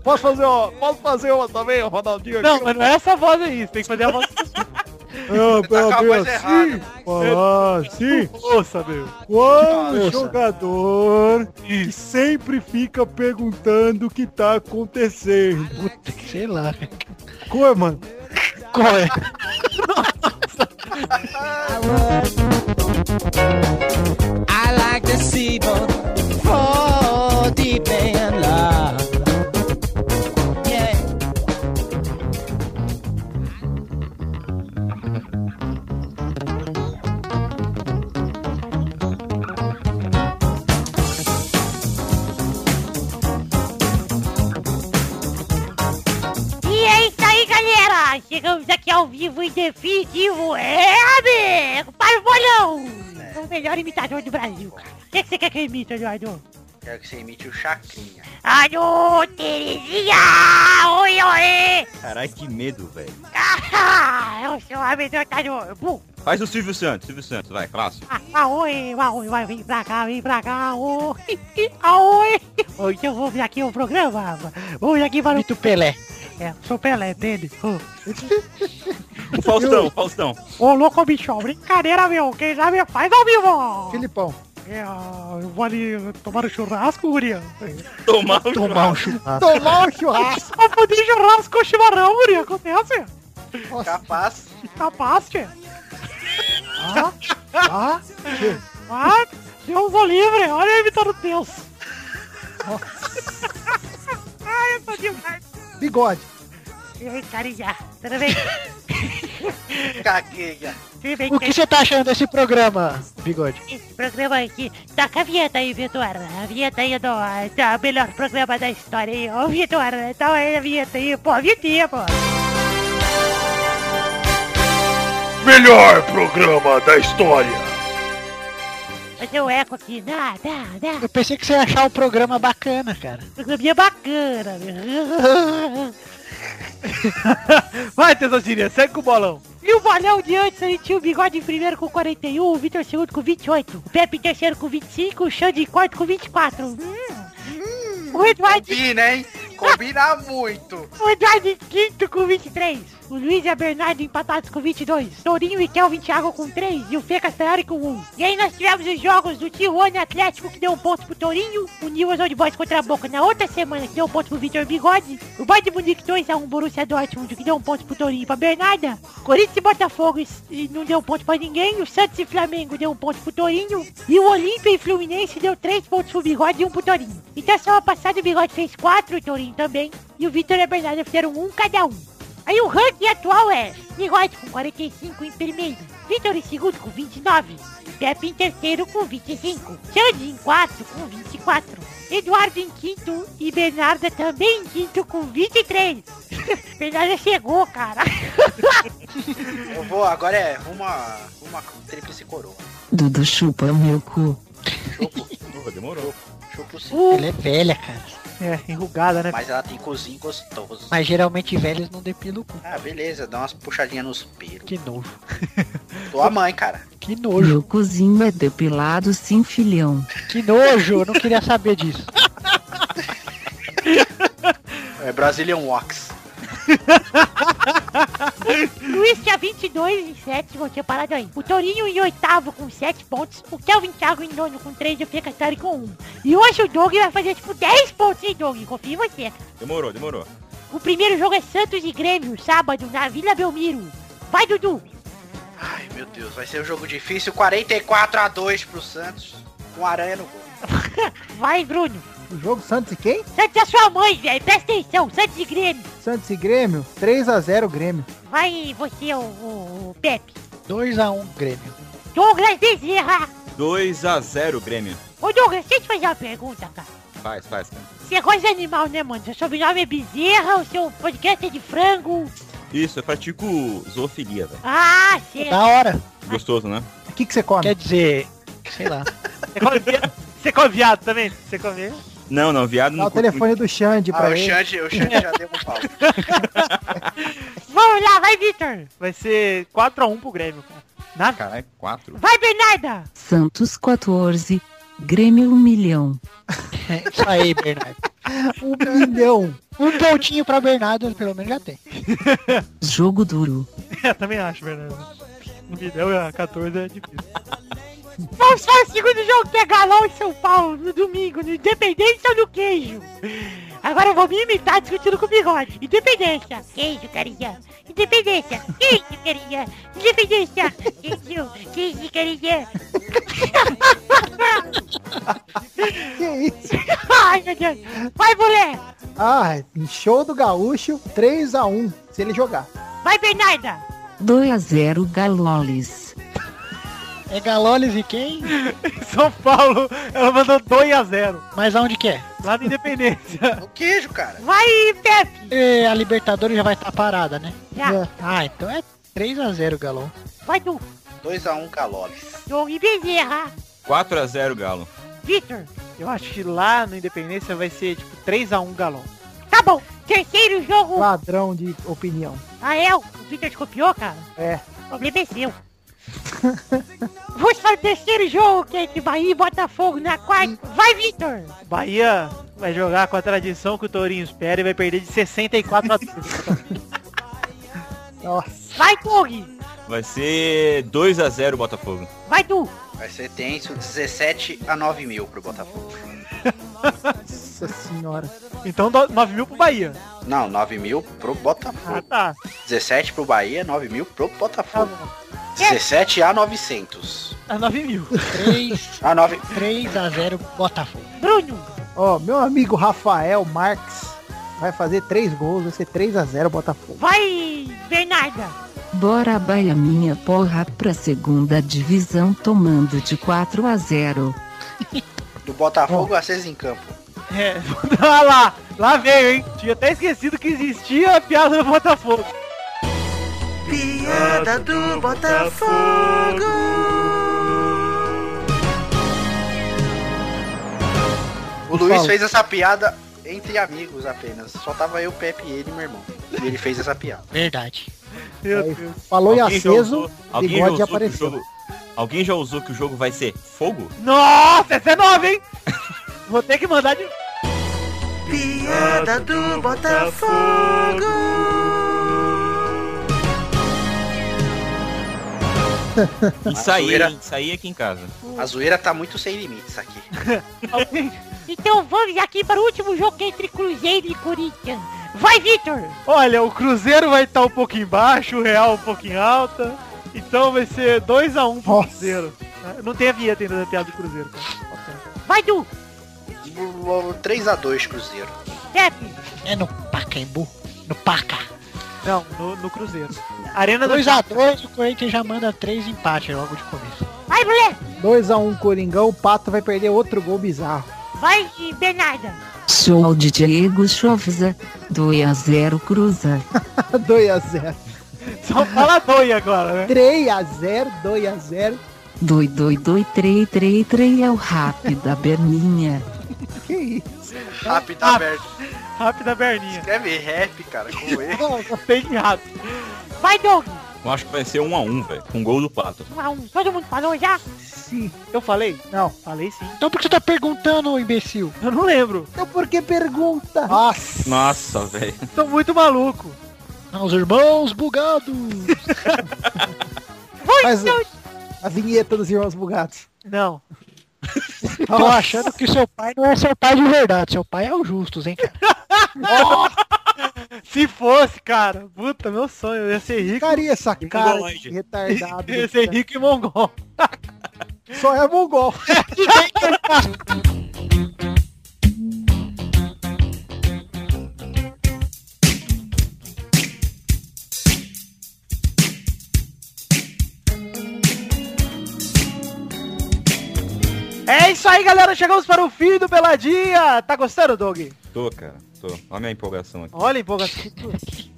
Speaker 12: Posso fazer uma, posso fazer uma também, o Ronaldinho? aqui?
Speaker 10: Não, mas não é essa voz aí. Você tem que fazer a voz...
Speaker 5: Ah,
Speaker 6: Tá com a
Speaker 5: meu,
Speaker 6: voz errada.
Speaker 5: falar assim,
Speaker 10: Nossa, meu.
Speaker 5: qual o jogador que sempre fica perguntando o que tá acontecendo?
Speaker 3: Puta que sei lá.
Speaker 5: Cor, mano.
Speaker 3: Qual é?
Speaker 4: I like the seaboard for deep in love. Yeah.
Speaker 9: E é isso aí, galera! Chegamos aqui ao vivo e definitivo. É, amigo! Para o bolhão! É o melhor imitador do Brasil, cara. O que que você quer que eu imite, Eduardo?
Speaker 6: Quero que você imite o Chacrinha.
Speaker 9: Alô, Terezinha! Oi, oi!
Speaker 2: Caralho, que medo, velho.
Speaker 9: Ah, eu sou a melhor imitador. Bum!
Speaker 2: Faz o Silvio Santos, Silvio Santos, vai, clássico.
Speaker 9: Ah, ah, oi, ah, oi, vai, vem pra cá, vem pra cá, oi, ah, oi. Hoje eu vou vir aqui o programa, hoje aqui para o...
Speaker 3: Mito Pelé.
Speaker 9: É, sou Pelé, entende? Oh.
Speaker 2: O Faustão, o Faustão.
Speaker 9: Ô, louco, bichão, brincadeira, meu. Quem sabe faz ao vivo.
Speaker 5: Filipão.
Speaker 9: É, eu vou ali tomar um churrasco, Guria.
Speaker 2: Tomar um
Speaker 9: Tomar
Speaker 5: um churrasco.
Speaker 9: Tomar um churrasco. Confundir churrasco com chimarrão, Guria. Acontece. Tá
Speaker 6: Capaz.
Speaker 9: Capaz, tchê. Ah, ah, ah, Deus o livre. Olha aí, Vitor Deus. Ai, eu tô demais.
Speaker 5: Bigode.
Speaker 9: E aí, carinha? Tudo bem?
Speaker 6: Cagueia.
Speaker 9: Tudo bem,
Speaker 5: O que você tá achando desse programa, Bigode?
Speaker 9: Esse programa aqui, taca a vinheta aí, Vitor. A vinheta aí do tá, o melhor programa da história aí. Ô, Vitor, então aí a vinheta aí. Pô, vinhetinha, pô.
Speaker 11: Melhor programa da história.
Speaker 9: Fazer o eco aqui. Dá, dá, dá.
Speaker 3: Eu pensei que você ia achar o programa bacana, cara.
Speaker 9: Programinha bacana, meu.
Speaker 10: Vai, Tesourinha, segue com o bolão.
Speaker 9: E o Valeu de antes, ele tinha o Bigode em primeiro com 41, o Vitor em segundo com 28, o Pepe em terceiro com 25, o Xande em quarto com 24. Hum, hum. O Eduardo
Speaker 6: Combina, hein? Combina muito.
Speaker 9: O Eduardo em quinto com 23. O Luiz e a Bernardo empatados com 22. Tourinho e Kelvin Thiago com 3. E o Fê Castanhari com 1. E aí nós tivemos os jogos do Tijuana Atlético, que deu um ponto pro Tourinho. O Newell's Old Boys contra a Boca na outra semana, que deu um ponto pro Vitor Bigode. O Bayern de Munique 2x1 Borussia Dortmund, que deu um ponto pro Tourinho e pra Bernarda. Corinthians e Botafogo e e não deu um ponto pra ninguém. O Santos e Flamengo deu um ponto pro Tourinho. E o Olímpia e Fluminense deu 3 pontos pro Bigode e 1 pro Tourinho. Então semana passada o Bigode fez 4, o Tourinho também. E o Vitor é e a Bernarda fizeram 1 cada um. Aí o ranking atual é Bigode com 45 em primeiro, Vitor em segundo com 29, Pepe em terceiro com 25, Xande em quarto com 24, Eduardo em quinto e Bernarda também em quinto com 23. Bernarda chegou, cara.
Speaker 6: Eu vou, agora é uma, uma tríplice coroa.
Speaker 1: Dudu chupa meu cu.
Speaker 2: Porra, demorou.
Speaker 6: Chupo sim.
Speaker 3: Ela é velha, cara.
Speaker 10: É, enrugada, né?
Speaker 6: Mas ela tem cozinho gostoso.
Speaker 3: Mas geralmente velhos não depilam o cu.
Speaker 6: Ah, beleza, dá umas puxadinhas nos pelos.
Speaker 3: Que nojo.
Speaker 6: Tua mãe, cara.
Speaker 3: Que
Speaker 1: Meu
Speaker 3: nojo.
Speaker 1: cozinho é depilado sim, filhão.
Speaker 3: Que nojo. Eu não queria saber disso.
Speaker 6: É Brazilian Wax.
Speaker 9: Luiz tinha 22 em sétimo, tinha parado aí. O Torinho em oitavo com 7 pontos. O Kelvin Thiago em nono com 3 e o Fê Castari com 1. E hoje o Doug vai fazer tipo 10 pontos, hein, Doug? Confia em você.
Speaker 2: Demorou, demorou.
Speaker 9: O primeiro jogo é Santos e Grêmio, sábado, na Vila Belmiro. Vai, Dudu!
Speaker 6: Ai, meu Deus, vai ser um jogo difícil. 44 a 2 pro Santos. Com aranha no gol.
Speaker 9: Vai, Bruno!
Speaker 5: O jogo Santos e quem?
Speaker 9: Santos é sua mãe, velho! Presta atenção! Santos e Grêmio!
Speaker 5: Santos e Grêmio? 3x0 Grêmio.
Speaker 9: Vai você, o, o, o Pepe!
Speaker 3: 2x1 Grêmio.
Speaker 9: Douglas Bezerra!
Speaker 2: 2x0 Grêmio.
Speaker 9: Ô, Douglas, deixa eu te fazer uma pergunta, cara.
Speaker 2: Faz, faz, cara.
Speaker 9: Você gosta de animal, né, mano? Seu sobrenome é Bezerra, o seu podcast é de frango.
Speaker 2: Isso, eu pratico zoofilia, velho.
Speaker 9: Ah, você...
Speaker 3: Da hora.
Speaker 2: Gostoso, né?
Speaker 5: O que que você come?
Speaker 3: Quer dizer, sei lá.
Speaker 10: Você come viado, você come viado também? Você come
Speaker 2: Não, não, viado
Speaker 5: Dá
Speaker 2: não
Speaker 5: o
Speaker 2: curto
Speaker 5: telefone do Xande
Speaker 6: Ah,
Speaker 5: pra
Speaker 6: o
Speaker 5: ele.
Speaker 6: Xande, o Xande já deu um pau.
Speaker 9: Vamos lá, vai, Victor!
Speaker 10: Vai ser 4x1 pro Grêmio, cara.
Speaker 2: muito. Caralho, 4.
Speaker 9: Vai, Bernarda!
Speaker 1: Santos 14, Grêmio 1 milhão.
Speaker 3: É isso aí, Bernardo.
Speaker 5: Um milhão.
Speaker 3: Um pontinho pra Bernardo, pelo menos já tem.
Speaker 1: Jogo duro.
Speaker 10: É, Eu também acho, Bernardo. No Videl, a 14 é difícil.
Speaker 9: Vamos para o segundo jogo que é Galão e São Paulo, no domingo, no Independência do Queijo. Agora eu vou me imitar discutindo com o bigode. Independência, queijo, carinha. Independência, queijo, carinha. Independência, queijo, queijo, carinha.
Speaker 5: Que isso?
Speaker 9: Ai, meu Deus. Vai, mulher.
Speaker 5: Ah, show do Gaúcho. 3x1. Se ele jogar.
Speaker 9: Vai, Bernarda.
Speaker 1: 2 a 0 Galoles.
Speaker 3: É Galoles e quem?
Speaker 10: São Paulo, ela mandou 2x0.
Speaker 3: Mas aonde que é?
Speaker 10: Lá na Independência.
Speaker 6: O queijo, cara.
Speaker 9: Vai, Pepe.
Speaker 3: É, a Libertadores já vai estar parada, né?
Speaker 9: Já.
Speaker 3: Ah, então é 3x0, Galão.
Speaker 9: Vai, do
Speaker 6: 2x1 Calolis.
Speaker 9: Dom e Bezerra.
Speaker 2: 4x0 Galo.
Speaker 9: Victor.
Speaker 10: Eu acho que lá no Independência vai ser tipo 3x1 galão.
Speaker 9: Tá bom. Terceiro jogo.
Speaker 5: Ladrão de opinião.
Speaker 9: Ah, é? O Victor te copiou, cara?
Speaker 5: É.
Speaker 9: O problema é seu. Vamos para o terceiro jogo, que é entre Bahia e Botafogo na quarta. Vai, Victor!
Speaker 10: Bahia vai jogar com a tradição que o Tourinho espera e vai perder de 64 a 30.
Speaker 5: Nossa.
Speaker 9: Vai, Tug!
Speaker 2: Vai ser 2x0 Botafogo.
Speaker 9: Vai, Tu!
Speaker 6: Vai ser tenso, 17 a 9 mil pro Botafogo.
Speaker 5: Nossa senhora.
Speaker 10: Então 9 mil pro Bahia.
Speaker 6: Não, 9 mil pro Botafogo.
Speaker 10: Ah, tá.
Speaker 6: 17 pro Bahia, 9 mil pro Botafogo. 17 a 900.
Speaker 10: A 9 tá, mil.
Speaker 3: 3,
Speaker 6: A 9...
Speaker 3: 3 a 0 Botafogo.
Speaker 9: Bruno!
Speaker 5: Ó, meu amigo Rafael Marques vai fazer três gols, vai ser 3x0 Botafogo.
Speaker 9: Vai, Bernarda!
Speaker 1: Bora Bahia minha porra pra segunda divisão tomando de 4 a 0.
Speaker 6: Do Botafogo a 6 em campo.
Speaker 10: É, olha lá, lá veio, hein? Tinha até esquecido que existia a piada do Botafogo.
Speaker 4: Piada do Botafogo.
Speaker 6: O Luiz
Speaker 5: Fala.
Speaker 6: fez essa piada entre amigos apenas. Só tava eu, Pepe e ele, meu irmão. E ele fez essa piada.
Speaker 3: Verdade.
Speaker 10: Meu
Speaker 5: Aí,
Speaker 10: Deus.
Speaker 5: Falou em
Speaker 2: Alguém já
Speaker 5: aceso,
Speaker 2: usou- alguém já
Speaker 5: bigode
Speaker 2: usou que o
Speaker 5: apareceu.
Speaker 2: jogo... Alguém já usou que o jogo vai ser fogo?
Speaker 10: Nossa, essa é nova, hein? Vou ter que mandar de.
Speaker 4: Piada do Botafogo.
Speaker 2: Isso aí,
Speaker 6: zoeira.
Speaker 2: hein? isso aí aqui em casa.
Speaker 6: A zoeira tá muito sem limites aqui.
Speaker 10: Alguém.
Speaker 9: Então vamos aqui para o último jogo que é entre Cruzeiro e Corinthians. Vai, Vitor!
Speaker 10: Olha, o Cruzeiro vai estar um pouco embaixo, o Real um pouco em alta. Então vai ser 2x1 pro
Speaker 5: Nossa.
Speaker 10: Cruzeiro. Ah, Não tem a vinheta ainda da piada do Cruzeiro, cara.
Speaker 9: Vai, Du!
Speaker 6: 3x2 Cruzeiro.
Speaker 9: Pepe!
Speaker 3: É no Pacaembu. No Paca.
Speaker 10: Não, no, no Cruzeiro. Arena do
Speaker 3: 2x2, o Corinthians já manda 3 empates logo de começo.
Speaker 9: Vai, Brulé!
Speaker 5: 2x1 Coringão, o Pato vai perder outro gol bizarro.
Speaker 9: Vai, Bernarda!
Speaker 1: Show de Diego Chovza. 2 a 0 Cruza.
Speaker 5: 2x0.
Speaker 10: Só fala doia é agora, né?
Speaker 5: 3x0, 2x0.
Speaker 1: 2 2 2 3 3 3 é o rápida Berninha.
Speaker 5: Que isso?
Speaker 6: Rápido,
Speaker 10: Ah.
Speaker 6: aberto.
Speaker 10: Rápida Berninha.
Speaker 6: Escreve rap, cara, é? com E.
Speaker 10: Nossa, fez de rato.
Speaker 9: Vai, Doug!
Speaker 2: Eu acho que vai ser 1x1, velho. Com gol do Pato.
Speaker 9: Um a um. Todo mundo falou já?
Speaker 5: Sim.
Speaker 10: Eu falei?
Speaker 5: Não.
Speaker 10: Falei sim.
Speaker 3: Então por que você tá perguntando, ô imbecil?
Speaker 10: Eu não lembro.
Speaker 5: Então por que pergunta? Ah, Nossa.
Speaker 2: Nossa, velho.
Speaker 10: Tô muito maluco.
Speaker 3: Não, os irmãos bugados.
Speaker 9: Vai,
Speaker 5: Mas-
Speaker 9: Doug!
Speaker 5: A vinheta dos irmãos bugados.
Speaker 10: Não.
Speaker 3: Tô achando que seu pai não é seu pai de verdade. Seu pai é o Justus, hein, cara?
Speaker 10: Se fosse, cara, puta, meu sonho, eu ia ser rico.
Speaker 5: Ficaria essa cara
Speaker 2: mongoloide.
Speaker 5: de retardado.
Speaker 10: Eu ia ser rico e mongol.
Speaker 5: Só é mongol.
Speaker 10: É isso aí, galera. Chegamos para o fim do Peladinha. Tá gostando, Doug?
Speaker 2: Tô, cara. Tô. Olha a minha empolgação aqui.
Speaker 10: Olha, empolgação.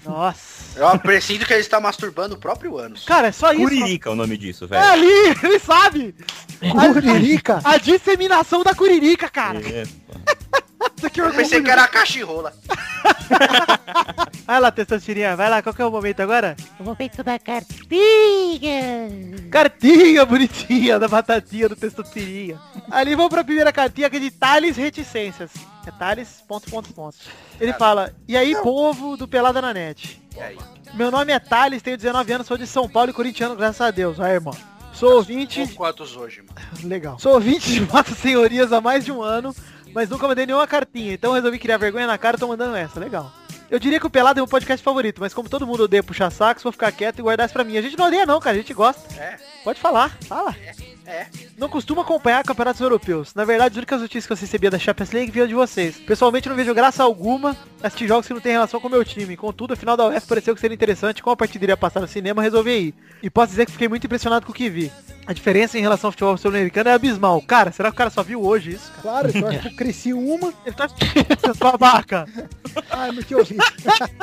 Speaker 10: Nossa.
Speaker 6: Eu aprecio que ele está masturbando o próprio ânus.
Speaker 10: Cara, é só isso.
Speaker 2: Curirica é o nome disso,
Speaker 10: É
Speaker 2: velho.
Speaker 10: ali, ele sabe.
Speaker 5: Curirica.
Speaker 10: A disseminação da curirica, cara.
Speaker 2: É.
Speaker 10: Isso aqui é
Speaker 6: Eu pensei que
Speaker 10: orgulho.
Speaker 6: era a cachirrola.
Speaker 10: Vai lá, Testostirinha. Vai lá, qual que é o momento agora?
Speaker 9: Eu vou peito da cartinha!
Speaker 10: Cartinha bonitinha da batatinha do Testostirinha. Ali vamos pra primeira cartinha que é de Thales Reticências. É Thales, ponto, ponto, ponto. Ele fala, e aí, povo do Pelada na Net?
Speaker 6: E aí?
Speaker 10: Meu nome é Thales, tenho 19 anos, sou de São Paulo e corintiano, graças a Deus. Aí, irmão. Sou ouvinte
Speaker 6: Com quantos hoje, mano?
Speaker 5: Legal.
Speaker 10: Sou ouvinte de Mato Senhorias há mais de um ano, mas nunca mandei nenhuma cartinha, então resolvi criar vergonha na cara e tô mandando essa. Legal. Eu diria que o Pelado é meu podcast favorito, mas como todo mundo odeia puxar sacos, vou ficar quieto e guardar isso pra mim. A gente não odeia não, cara, a gente gosta.
Speaker 6: É.
Speaker 10: Pode falar, fala.
Speaker 6: é.
Speaker 10: Não costumo acompanhar campeonatos europeus. Na verdade, as únicas notícias que eu recebia da Champions League vinham de vocês. Pessoalmente, não vejo graça alguma assistir jogos que não tem relação com o meu time. Contudo, a final da UEFA pareceu que seria interessante. Como a partida iria passar no cinema, resolvi ir. E posso dizer que fiquei muito impressionado com o que vi. A diferença em relação ao futebol sul-americano é abismal. Cara, será que o cara só viu hoje isso, cara?
Speaker 5: Claro, eu acho que eu cresci uma.
Speaker 10: Ele tá seus babaca.
Speaker 5: Ai, não te ouvi.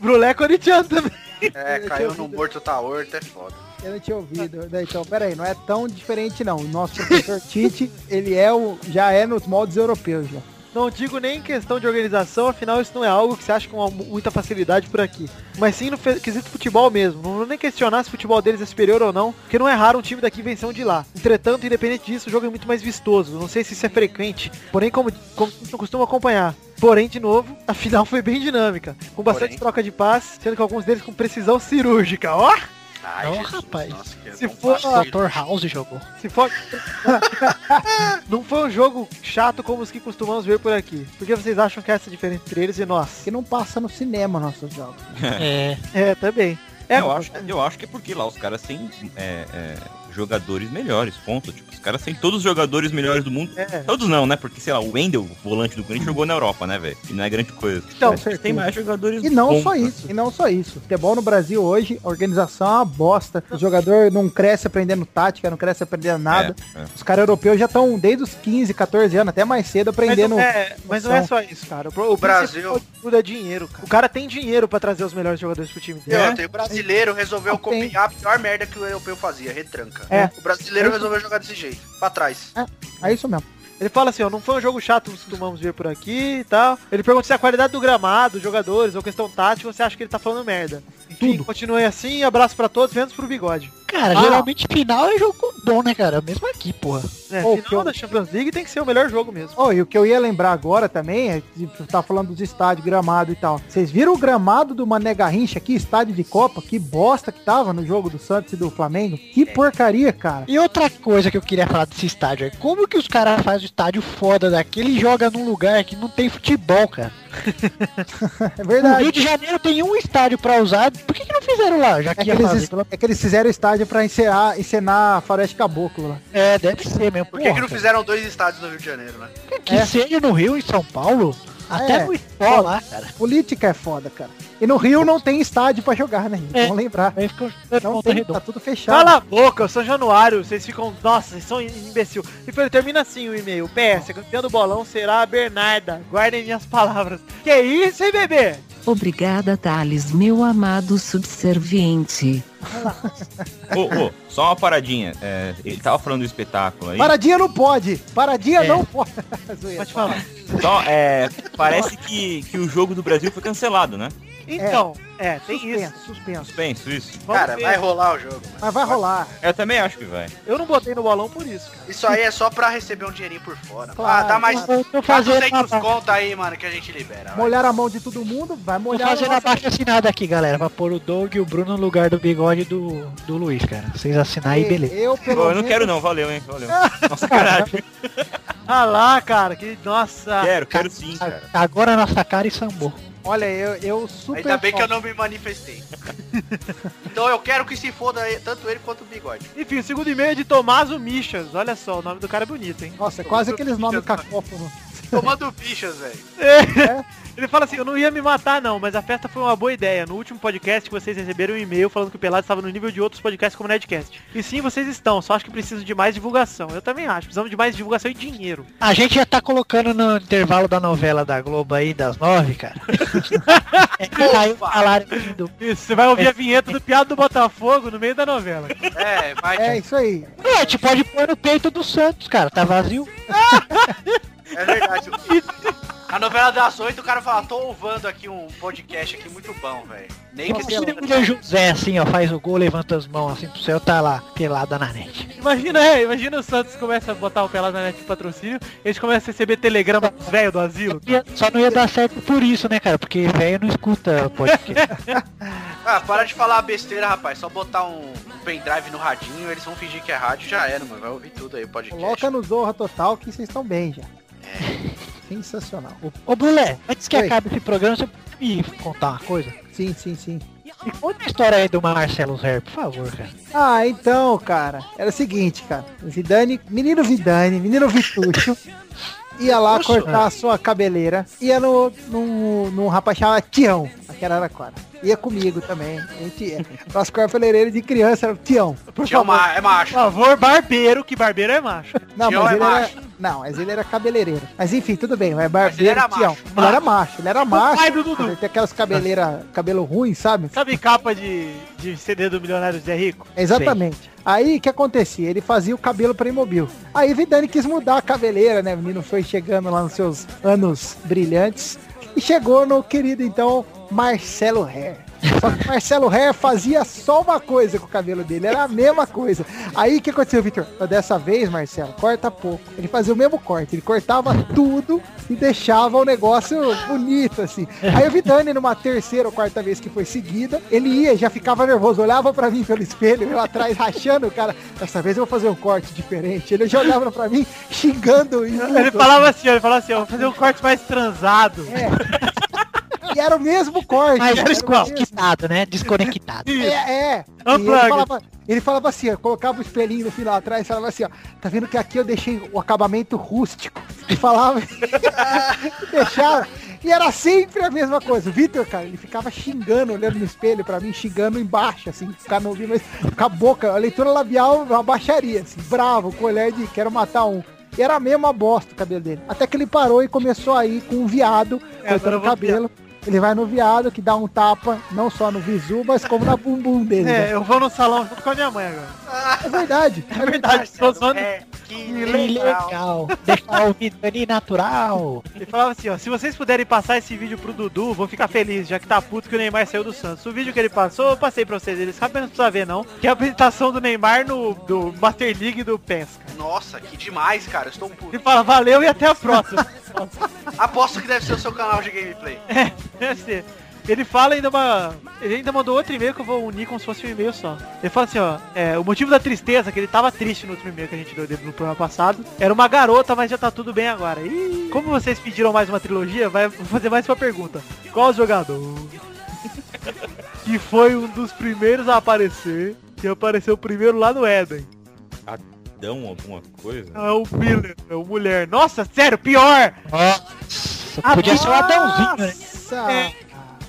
Speaker 10: Brulé é corintiano também.
Speaker 6: É,
Speaker 5: Eu
Speaker 6: caiu
Speaker 5: tinha
Speaker 6: no
Speaker 5: ouvido.
Speaker 6: morto, tá horto, é foda.
Speaker 5: Eu não tinha ouvido. Não, Então, peraí, não é tão diferente não. O nosso professor Tite, ele é o. já é nos moldes europeus já.
Speaker 10: Não digo nem em questão de organização, afinal isso não é algo que se acha com muita facilidade por aqui. Mas sim no fe- quesito futebol mesmo. Não vou nem questionar se o futebol deles é superior ou não, porque não é raro um time daqui vencer um de lá. Entretanto, independente disso, o jogo é muito mais vistoso. Não sei se isso é frequente, porém como, como a gente não costuma acompanhar. Porém, de novo, a final foi bem dinâmica, com bastante
Speaker 6: Porém.
Speaker 10: troca de passe, sendo que alguns deles com precisão cirúrgica. Ó!
Speaker 6: Ai,
Speaker 3: Não,
Speaker 6: Jesus,
Speaker 3: rapaz.
Speaker 6: nossa, que é
Speaker 10: Se
Speaker 6: bom
Speaker 10: for
Speaker 6: passo.
Speaker 3: O Dr. House jogou.
Speaker 10: Se for. não foi um jogo chato como os que costumamos ver por aqui. Por que vocês acham que é essa diferença entre eles e nós?
Speaker 5: Que não passa no cinema nossos jogos.
Speaker 3: É.
Speaker 10: É, também. É,
Speaker 2: eu, acho, eu acho que é porque lá os caras têm é, é, jogadores melhores, ponto. Tipo, os caras têm todos os jogadores melhores do mundo.
Speaker 10: É. Hum.
Speaker 2: Todos não, né? Porque, sei lá, o Wendel, o volante do Corinthians, jogou na Europa, né, velho? E não é grande coisa.
Speaker 10: Então,
Speaker 2: Mas tem mais jogadores
Speaker 5: E não
Speaker 2: bons,
Speaker 5: só
Speaker 2: né?
Speaker 5: isso, e não só isso. Futebol no Brasil hoje, a organização é uma bosta. O jogador não cresce aprendendo tática, não cresce aprendendo nada.
Speaker 2: É, é.
Speaker 5: Os caras europeus já estão desde os 15, 14 anos, até mais cedo,
Speaker 10: Mas
Speaker 5: aprendendo.
Speaker 10: não, é, mas não é
Speaker 5: noção.
Speaker 10: só isso, cara. O, pro- o
Speaker 6: Brasil.
Speaker 10: principal de tudo é dinheiro, cara. O cara tem dinheiro pra trazer os melhores jogadores pro time
Speaker 6: E
Speaker 10: dele.
Speaker 6: outra, e o brasileiro resolveu
Speaker 5: Tem.
Speaker 6: copiar a pior merda que o europeu fazia, retranca.
Speaker 5: É.
Speaker 6: O brasileiro
Speaker 5: É isso.
Speaker 6: resolveu jogar desse jeito, pra trás.
Speaker 5: É isso mesmo.
Speaker 10: Ele fala assim, ó, não foi um jogo chato que costumamos ver por aqui e tal. Ele pergunta se a qualidade do gramado, dos jogadores, ou questão tática, você acha que ele tá falando merda. Enfim,
Speaker 5: Tudo.
Speaker 10: continue assim, abraço pra todos, menos pro bigode.
Speaker 3: Cara,
Speaker 5: Ah.
Speaker 3: geralmente final é jogo bom, né, cara? Mesmo aqui, porra.
Speaker 10: É,
Speaker 5: Ô, que
Speaker 10: final
Speaker 5: eu-
Speaker 10: da Champions League tem que ser o melhor jogo mesmo.
Speaker 5: Oh, e o que eu ia lembrar agora também, é que você tá falando dos estádios, gramado e tal. Vocês viram o gramado do Mané Garrincha aqui, estádio de Copa? Que bosta que tava no jogo do Santos e do Flamengo. Que porcaria, cara.
Speaker 3: E outra coisa que eu queria falar desse estádio é como que os caras fazem o estádio foda daquele e joga num lugar que não tem futebol, cara.
Speaker 5: É
Speaker 3: No
Speaker 5: verdade.
Speaker 3: Rio de Janeiro tem um estádio pra usar, por que, que não fizeram lá? Já
Speaker 5: É
Speaker 3: que
Speaker 5: que,
Speaker 3: ia fazer.
Speaker 5: eles, é que eles fizeram o estádio pra encenar, encenar Faroeste Caboclo lá.
Speaker 3: É, deve ser mesmo.
Speaker 6: Por que, que não fizeram dois estádios no Rio de Janeiro, né?
Speaker 3: Que
Speaker 5: É.
Speaker 3: seja no Rio, em São Paulo, até
Speaker 5: É.
Speaker 3: no Escola lá, cara.
Speaker 5: Política é foda, cara. E no Rio não tem estádio pra jogar, né? gente?
Speaker 3: É.
Speaker 5: Vamos lembrar.
Speaker 3: Aí fica um
Speaker 5: Não
Speaker 3: ponto
Speaker 5: tem,
Speaker 3: redondo.
Speaker 5: tá tudo fechado.
Speaker 10: Cala a boca, eu sou Januário, vocês ficam. Nossa, vocês são imbecil. E foi, termina assim o e-mail. PS, campeão do bolão será a Bernarda. Guardem minhas palavras. Que isso, hein, bebê?
Speaker 1: Obrigada, Thales, meu amado subserviente.
Speaker 2: Ô, ô, só uma paradinha. é, ele tava falando do espetáculo aí.
Speaker 5: Paradinha não pode. Paradinha
Speaker 3: É.
Speaker 5: não pode. Zoeira.
Speaker 10: Pode falar.
Speaker 2: Só, é, parece que, que o jogo do Brasil foi cancelado, né?
Speaker 10: Então, é, tem isso.
Speaker 5: suspenso, suspenso.
Speaker 2: Suspenso, isso. É,
Speaker 10: Vamos
Speaker 6: cara,
Speaker 10: ver.
Speaker 6: vai rolar o jogo. mano.
Speaker 5: Mas vai rolar.
Speaker 2: Eu também acho que vai.
Speaker 10: Eu não botei no bolão por isso, cara.
Speaker 6: Isso aí é só pra receber um dinheirinho por fora.
Speaker 5: Claro,
Speaker 6: ah, dá mais.
Speaker 3: Eu tô
Speaker 6: Dá
Speaker 3: fazendo,
Speaker 6: 200
Speaker 3: uma-
Speaker 6: conto aí, mano, que a gente libera. vai.
Speaker 5: Molhar a mão de todo mundo, vai
Speaker 3: tô
Speaker 5: molhar
Speaker 3: fazendo
Speaker 5: a
Speaker 3: a
Speaker 5: nossa-
Speaker 3: baixa assinada aqui, galera, pra pôr o Doug e o Bruno no lugar do bigode do, do Luiz, cara. Vocês assinarem aí, beleza.
Speaker 5: Eu,
Speaker 2: Ô,
Speaker 5: pelo
Speaker 2: eu não
Speaker 5: menos-
Speaker 2: quero não, valeu, hein? Valeu. Nossa, caralho.
Speaker 10: Ah lá, cara, que. Nossa.
Speaker 2: Quero, quero sim, cara.
Speaker 3: Agora nossa cara e sambou.
Speaker 5: Olha, eu, eu super.
Speaker 6: Ainda bem que eu não me manifestei. então eu quero que se foda aí, tanto ele quanto o bigode.
Speaker 10: Enfim, o segundo e-mail é de Tomaso Michas. Olha só, o nome do cara é bonito, hein?
Speaker 5: Nossa, é quase aqueles nomes cacófonos.
Speaker 6: Tomando bichas, velho.
Speaker 10: Ele fala assim, eu não ia me matar não, mas a festa foi uma boa ideia. No último podcast que vocês receberam um e-mail falando que o Pelado estava no nível de outros podcasts como o Nerdcast. E sim, vocês estão, só acho que preciso de mais divulgação. Eu também acho, precisamos de mais divulgação e dinheiro.
Speaker 3: A gente já tá colocando no intervalo da novela da Globo aí, das nove, cara. é que caiu o salário do...
Speaker 10: Isso, você vai ouvir a vinheta do Piado do Botafogo no meio da novela.
Speaker 6: É, vai.
Speaker 5: É isso aí.
Speaker 3: É, a gente pode pôr no peito do Santos, cara. Tá vazio.
Speaker 6: É verdade. A novela das oito, o cara fala, tô ouvando aqui um podcast aqui muito bom, velho. Nem que
Speaker 3: Imagina o
Speaker 6: esse...
Speaker 3: William José, assim, ó, faz o gol, levanta as mãos assim pro céu, tá lá, pelada na net.
Speaker 10: Imagina, é, imagina o Santos começa a botar o Pelado na net de patrocínio, eles começam a receber telegrama dos velhos do asilo.
Speaker 3: Ia- Só não ia dar certo por isso, né, cara? Porque velho não escuta podcast.
Speaker 6: Ah, para de falar besteira, rapaz. Só botar um um pendrive no radinho, eles vão fingir que é rádio, já era, mano. Vai ouvir tudo aí, o podcast.
Speaker 5: Coloca no Zorra Total que vocês estão bem já.
Speaker 6: É.
Speaker 5: Sensacional.
Speaker 3: Ô, Bulé, antes que
Speaker 5: Oi.
Speaker 3: acabe esse programa, você pode me contar uma coisa?
Speaker 5: Sim, sim, sim.
Speaker 3: Me conta a história aí do Marcelo Zer, por favor, cara.
Speaker 5: Ah, então, cara, era o seguinte, cara. O Zidane, menino Vidane, menino Vitucho, ia lá cortar a sua cabeleira, ia no, num, num rapaz chamado Tião, aqui era Araraquara.
Speaker 4: ia comigo também. A gente, nosso corpo feleireiro de criança era o Tião. Por
Speaker 6: Tião
Speaker 4: favor.
Speaker 6: ma- é macho.
Speaker 10: Por favor, barbeiro, que barbeiro é macho.
Speaker 4: Não,
Speaker 6: Tião
Speaker 4: mas
Speaker 6: é
Speaker 4: ele
Speaker 6: macho.
Speaker 4: era. Não, mas ele era cabeleireiro. Mas enfim, tudo bem, mas barbeiro,
Speaker 6: era macho.
Speaker 4: Tião. Ele era macho, ele era macho.
Speaker 10: pai do Dudu.
Speaker 4: Ele tem aquelas cabeleiras, cabelo ruim, sabe?
Speaker 10: Sabe capa de, de CD do Milionário Zé Rico?
Speaker 4: Exatamente. Aí o que acontecia? Ele fazia o cabelo para imobil. Aí Vidani quis mudar a cabeleira, né? O menino foi chegando lá nos seus anos brilhantes. E chegou no querido então Marcelo Hair. Só que o Marcelo Hair fazia só uma coisa com o cabelo dele, era a mesma coisa. Aí o que aconteceu, Vitor? Então, Dessa vez, Marcelo, corta pouco. Ele fazia o mesmo corte, ele cortava tudo e deixava o negócio bonito, assim. Aí o Vidani, numa terceira ou quarta vez que foi seguida, ele ia, já ficava nervoso, olhava pra mim pelo espelho, eu atrás rachando o cara. Dessa vez eu vou fazer um corte diferente. Ele já olhava pra mim xingando e tudo,
Speaker 10: Ele falava assim, ele falava assim, ó, vou fazer um corte mais transado.
Speaker 4: assim. E era o mesmo corte.
Speaker 3: Mas
Speaker 4: era o mesmo.
Speaker 3: desconectado, né? Desconectado.
Speaker 4: É, é. E
Speaker 10: Unplugged.
Speaker 4: Ele falava, ele falava assim, ó, colocava o espelhinho no final atrás, falava assim, ó, tá vendo que aqui eu deixei o acabamento rústico. E falava, deixava. E era sempre a mesma coisa. O Vitor, cara, ele ficava xingando, olhando no espelho pra mim, xingando embaixo, assim, ficar não ouvindo, mas com a boca, a leitura labial, uma baixaria, assim, bravo, com o olhar de quero matar um. E era mesmo a bosta o cabelo dele. Até que ele parou e começou aí com um viado,
Speaker 10: É, agora
Speaker 4: cortando
Speaker 10: eu
Speaker 4: o
Speaker 10: vou
Speaker 4: cabelo. Ele vai no viado que dá um tapa, não só no visu, mas como na bumbum dele. né?
Speaker 10: É, eu vou no salão junto com a minha mãe agora.
Speaker 4: É verdade. É verdade.
Speaker 10: Verdade, tô zoando.
Speaker 6: É, que
Speaker 3: Que
Speaker 6: legal.
Speaker 3: legal. Deixar o vídeo ali natural.
Speaker 10: Ele falava assim, ó, se vocês puderem passar esse vídeo pro Dudu, vou ficar feliz, já que tá puto que o Neymar saiu do Santos. O vídeo que ele passou, eu passei pra vocês, eles apenas não precisa ver não, que é a apresentação do Neymar no do Master League do PES, cara.
Speaker 6: Nossa, que demais, cara. Eu estou um
Speaker 10: Ele
Speaker 6: puto.
Speaker 10: fala, valeu e até a próxima.
Speaker 6: Aposto que deve ser o seu canal de gameplay.
Speaker 10: É, Deve ser. Ele fala ainda uma. Ele ainda mandou outro e-mail que eu vou unir como se fosse um e-mail só. Ele fala assim, ó, é, o motivo da tristeza, é que ele tava triste no outro e-mail que a gente deu dele no programa passado, era uma garota, mas já tá tudo bem agora. E como vocês pediram mais uma trilogia, vai vou fazer mais uma pergunta. Qual jogador? que foi um dos primeiros a aparecer, que apareceu primeiro lá no Éden.
Speaker 2: Dão alguma coisa?
Speaker 10: É o Miller, é o mulher. Nossa, sério, pior!
Speaker 3: Nossa, podia ser um Adãozinho, né?
Speaker 4: Nossa.
Speaker 10: É.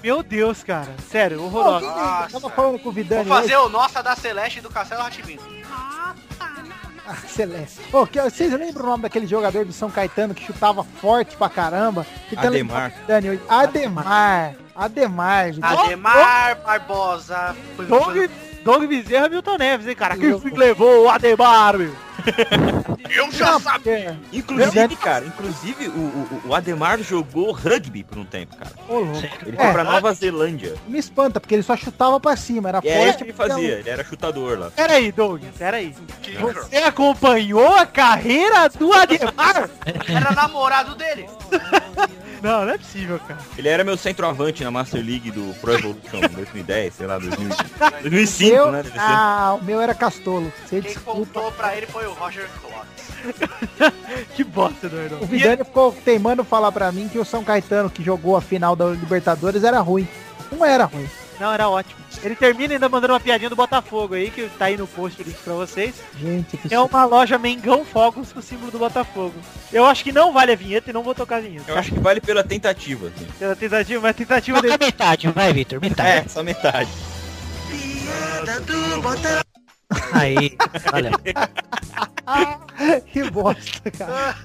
Speaker 10: Meu Deus, cara. Sério, horroroso.
Speaker 4: Alguém
Speaker 6: Nossa.
Speaker 4: tava falando com o Vidani
Speaker 5: É
Speaker 6: Vou fazer o Nossa da Celeste e do Castelo Ratimino.
Speaker 4: hoje? Ah, Celeste. Ô, que- vocês lembram o nome daquele jogador do São Caetano que chutava forte pra caramba? Que tá
Speaker 2: Ademar.
Speaker 4: lembrando o Vidani hoje? Ademar. Ademar, gente.
Speaker 6: Ademar Barbosa.
Speaker 10: Doug, Doug Bezerra e Milton Neves, hein, cara? Quem
Speaker 4: Eu-
Speaker 10: foi que levou o Ademar, meu?
Speaker 6: Eu já
Speaker 4: Não,
Speaker 6: sabia.
Speaker 4: porque-
Speaker 2: Inclusive, cara, inclusive o, o- o Ademar jogou rugby por um tempo, cara.
Speaker 4: Ô, louco.
Speaker 2: Ele
Speaker 4: É.
Speaker 2: foi pra Nova Zelândia.
Speaker 4: Me espanta, porque ele só chutava pra cima, era
Speaker 2: E é isso
Speaker 4: forte.
Speaker 2: que ele fazia, ele era chutador lá.
Speaker 10: Peraí, Doug, peraí.
Speaker 6: Que
Speaker 10: Você acompanhou a carreira do Ademar?
Speaker 6: Era namorado dele.
Speaker 10: Não, não é possível, cara.
Speaker 2: Ele era meu centroavante na Master League do Pro Evolution 2010, sei lá, 2000, 2005,
Speaker 4: Eu,
Speaker 2: né? deve ser.
Speaker 4: ah, o meu era Castolo. Você
Speaker 6: Quem
Speaker 4: desculpa.
Speaker 6: contou pra ele foi o Roger Klotz.
Speaker 10: Que bosta, Eduardo.
Speaker 4: O Vidani ficou teimando falar pra mim que o São Caetano, que jogou a final da Libertadores, era ruim. Não era ruim.
Speaker 10: Não, era ótimo. Ele termina ainda mandando uma piadinha do Botafogo aí, que tá aí no post o link pra vocês.
Speaker 4: Gente, que
Speaker 10: É uma loja Mengão Fogos com o símbolo do Botafogo. Eu acho que não vale a vinheta e não vou tocar a vinheta.
Speaker 2: Eu acho que vale pela tentativa, assim.
Speaker 10: Pela tentativa, mas a tentativa
Speaker 3: Toca
Speaker 10: dele.
Speaker 3: metade, vai, Vitor, metade.
Speaker 2: É, só metade.
Speaker 3: Aí, olha.
Speaker 4: que bosta, cara.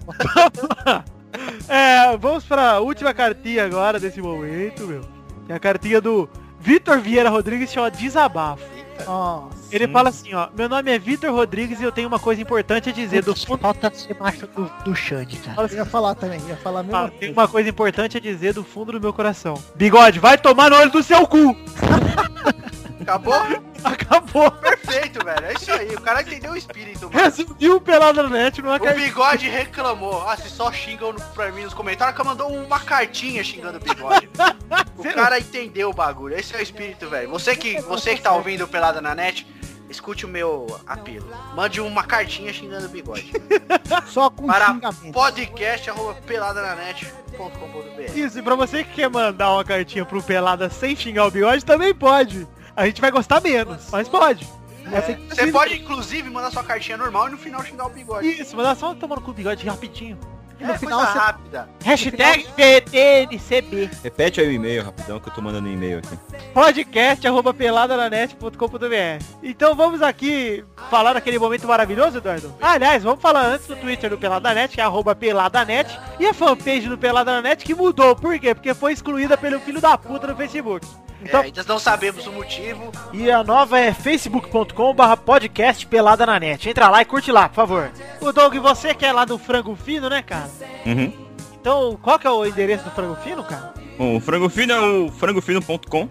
Speaker 10: É, vamos pra última cartinha agora desse momento, meu. Que é a cartinha do Vitor Vieira Rodrigues, chama Desabafo.
Speaker 4: Nossa.
Speaker 10: Ele fala assim, ó, meu nome é Vitor Rodrigues e eu tenho uma coisa importante a dizer do fundo.
Speaker 3: Falta ser macho do, do Xande, cara.
Speaker 4: Eu ia falar também, ia falar mesmo.
Speaker 10: Ah, tem uma coisa importante a dizer do fundo do meu coração. Bigode, vai tomar no olho do seu cu!
Speaker 6: Acabou?
Speaker 10: Acabou!
Speaker 6: Perfeito, velho. É isso aí. O cara entendeu o espírito, mano.
Speaker 10: Resumiu o Pelada na net numa
Speaker 6: O
Speaker 10: cartinha.
Speaker 6: Bigode reclamou. Ah, vocês só xingam no- pra mim nos comentários. O cara mandou uma cartinha xingando o Bigode. O cara entendeu o bagulho. Esse é o espírito, velho. Você que, você que tá ouvindo o Pelada na Net, escute o meu apelo. Mande uma cartinha xingando o Bigode.
Speaker 4: Só com
Speaker 6: Para
Speaker 4: xingamento.
Speaker 6: podcast.peladananet.com.br
Speaker 10: Isso, e pra você que quer mandar uma cartinha pro Pelada sem xingar o bigode, também pode. A gente vai gostar menos, mas pode. Você que
Speaker 6: Você pode, inclusive, mandar sua cartinha normal e no final xingar o bigode.
Speaker 10: Isso, mas é só tomar no cu do bigode rapidinho.
Speaker 5: No
Speaker 6: É,
Speaker 5: final
Speaker 6: coisa
Speaker 5: você-
Speaker 6: rápida.
Speaker 10: Hashtag PTNCB.
Speaker 2: Repete aí o e-mail rapidão que eu tô mandando um e-mail aqui.
Speaker 10: podcast.peladananet.com.br Então vamos aqui falar daquele momento maravilhoso, Eduardo? Ah, Aliás, vamos falar antes do Twitter do Peladanet, que é arroba peladanet, e a fanpage do Peladanet que mudou. Por quê? Porque foi excluída pelo filho da puta no Facebook.
Speaker 6: É, ainda não sabemos o motivo.
Speaker 13: E a nova é facebook.com/barra podcast pelada na net. Entra lá e curte lá, por favor.
Speaker 10: O Doug, você que é lá do Frango Fino, né, cara?
Speaker 2: Uhum.
Speaker 10: Então, qual que é o endereço do Frango Fino, cara?
Speaker 2: Bom, o Frango Fino é o frangofino.com.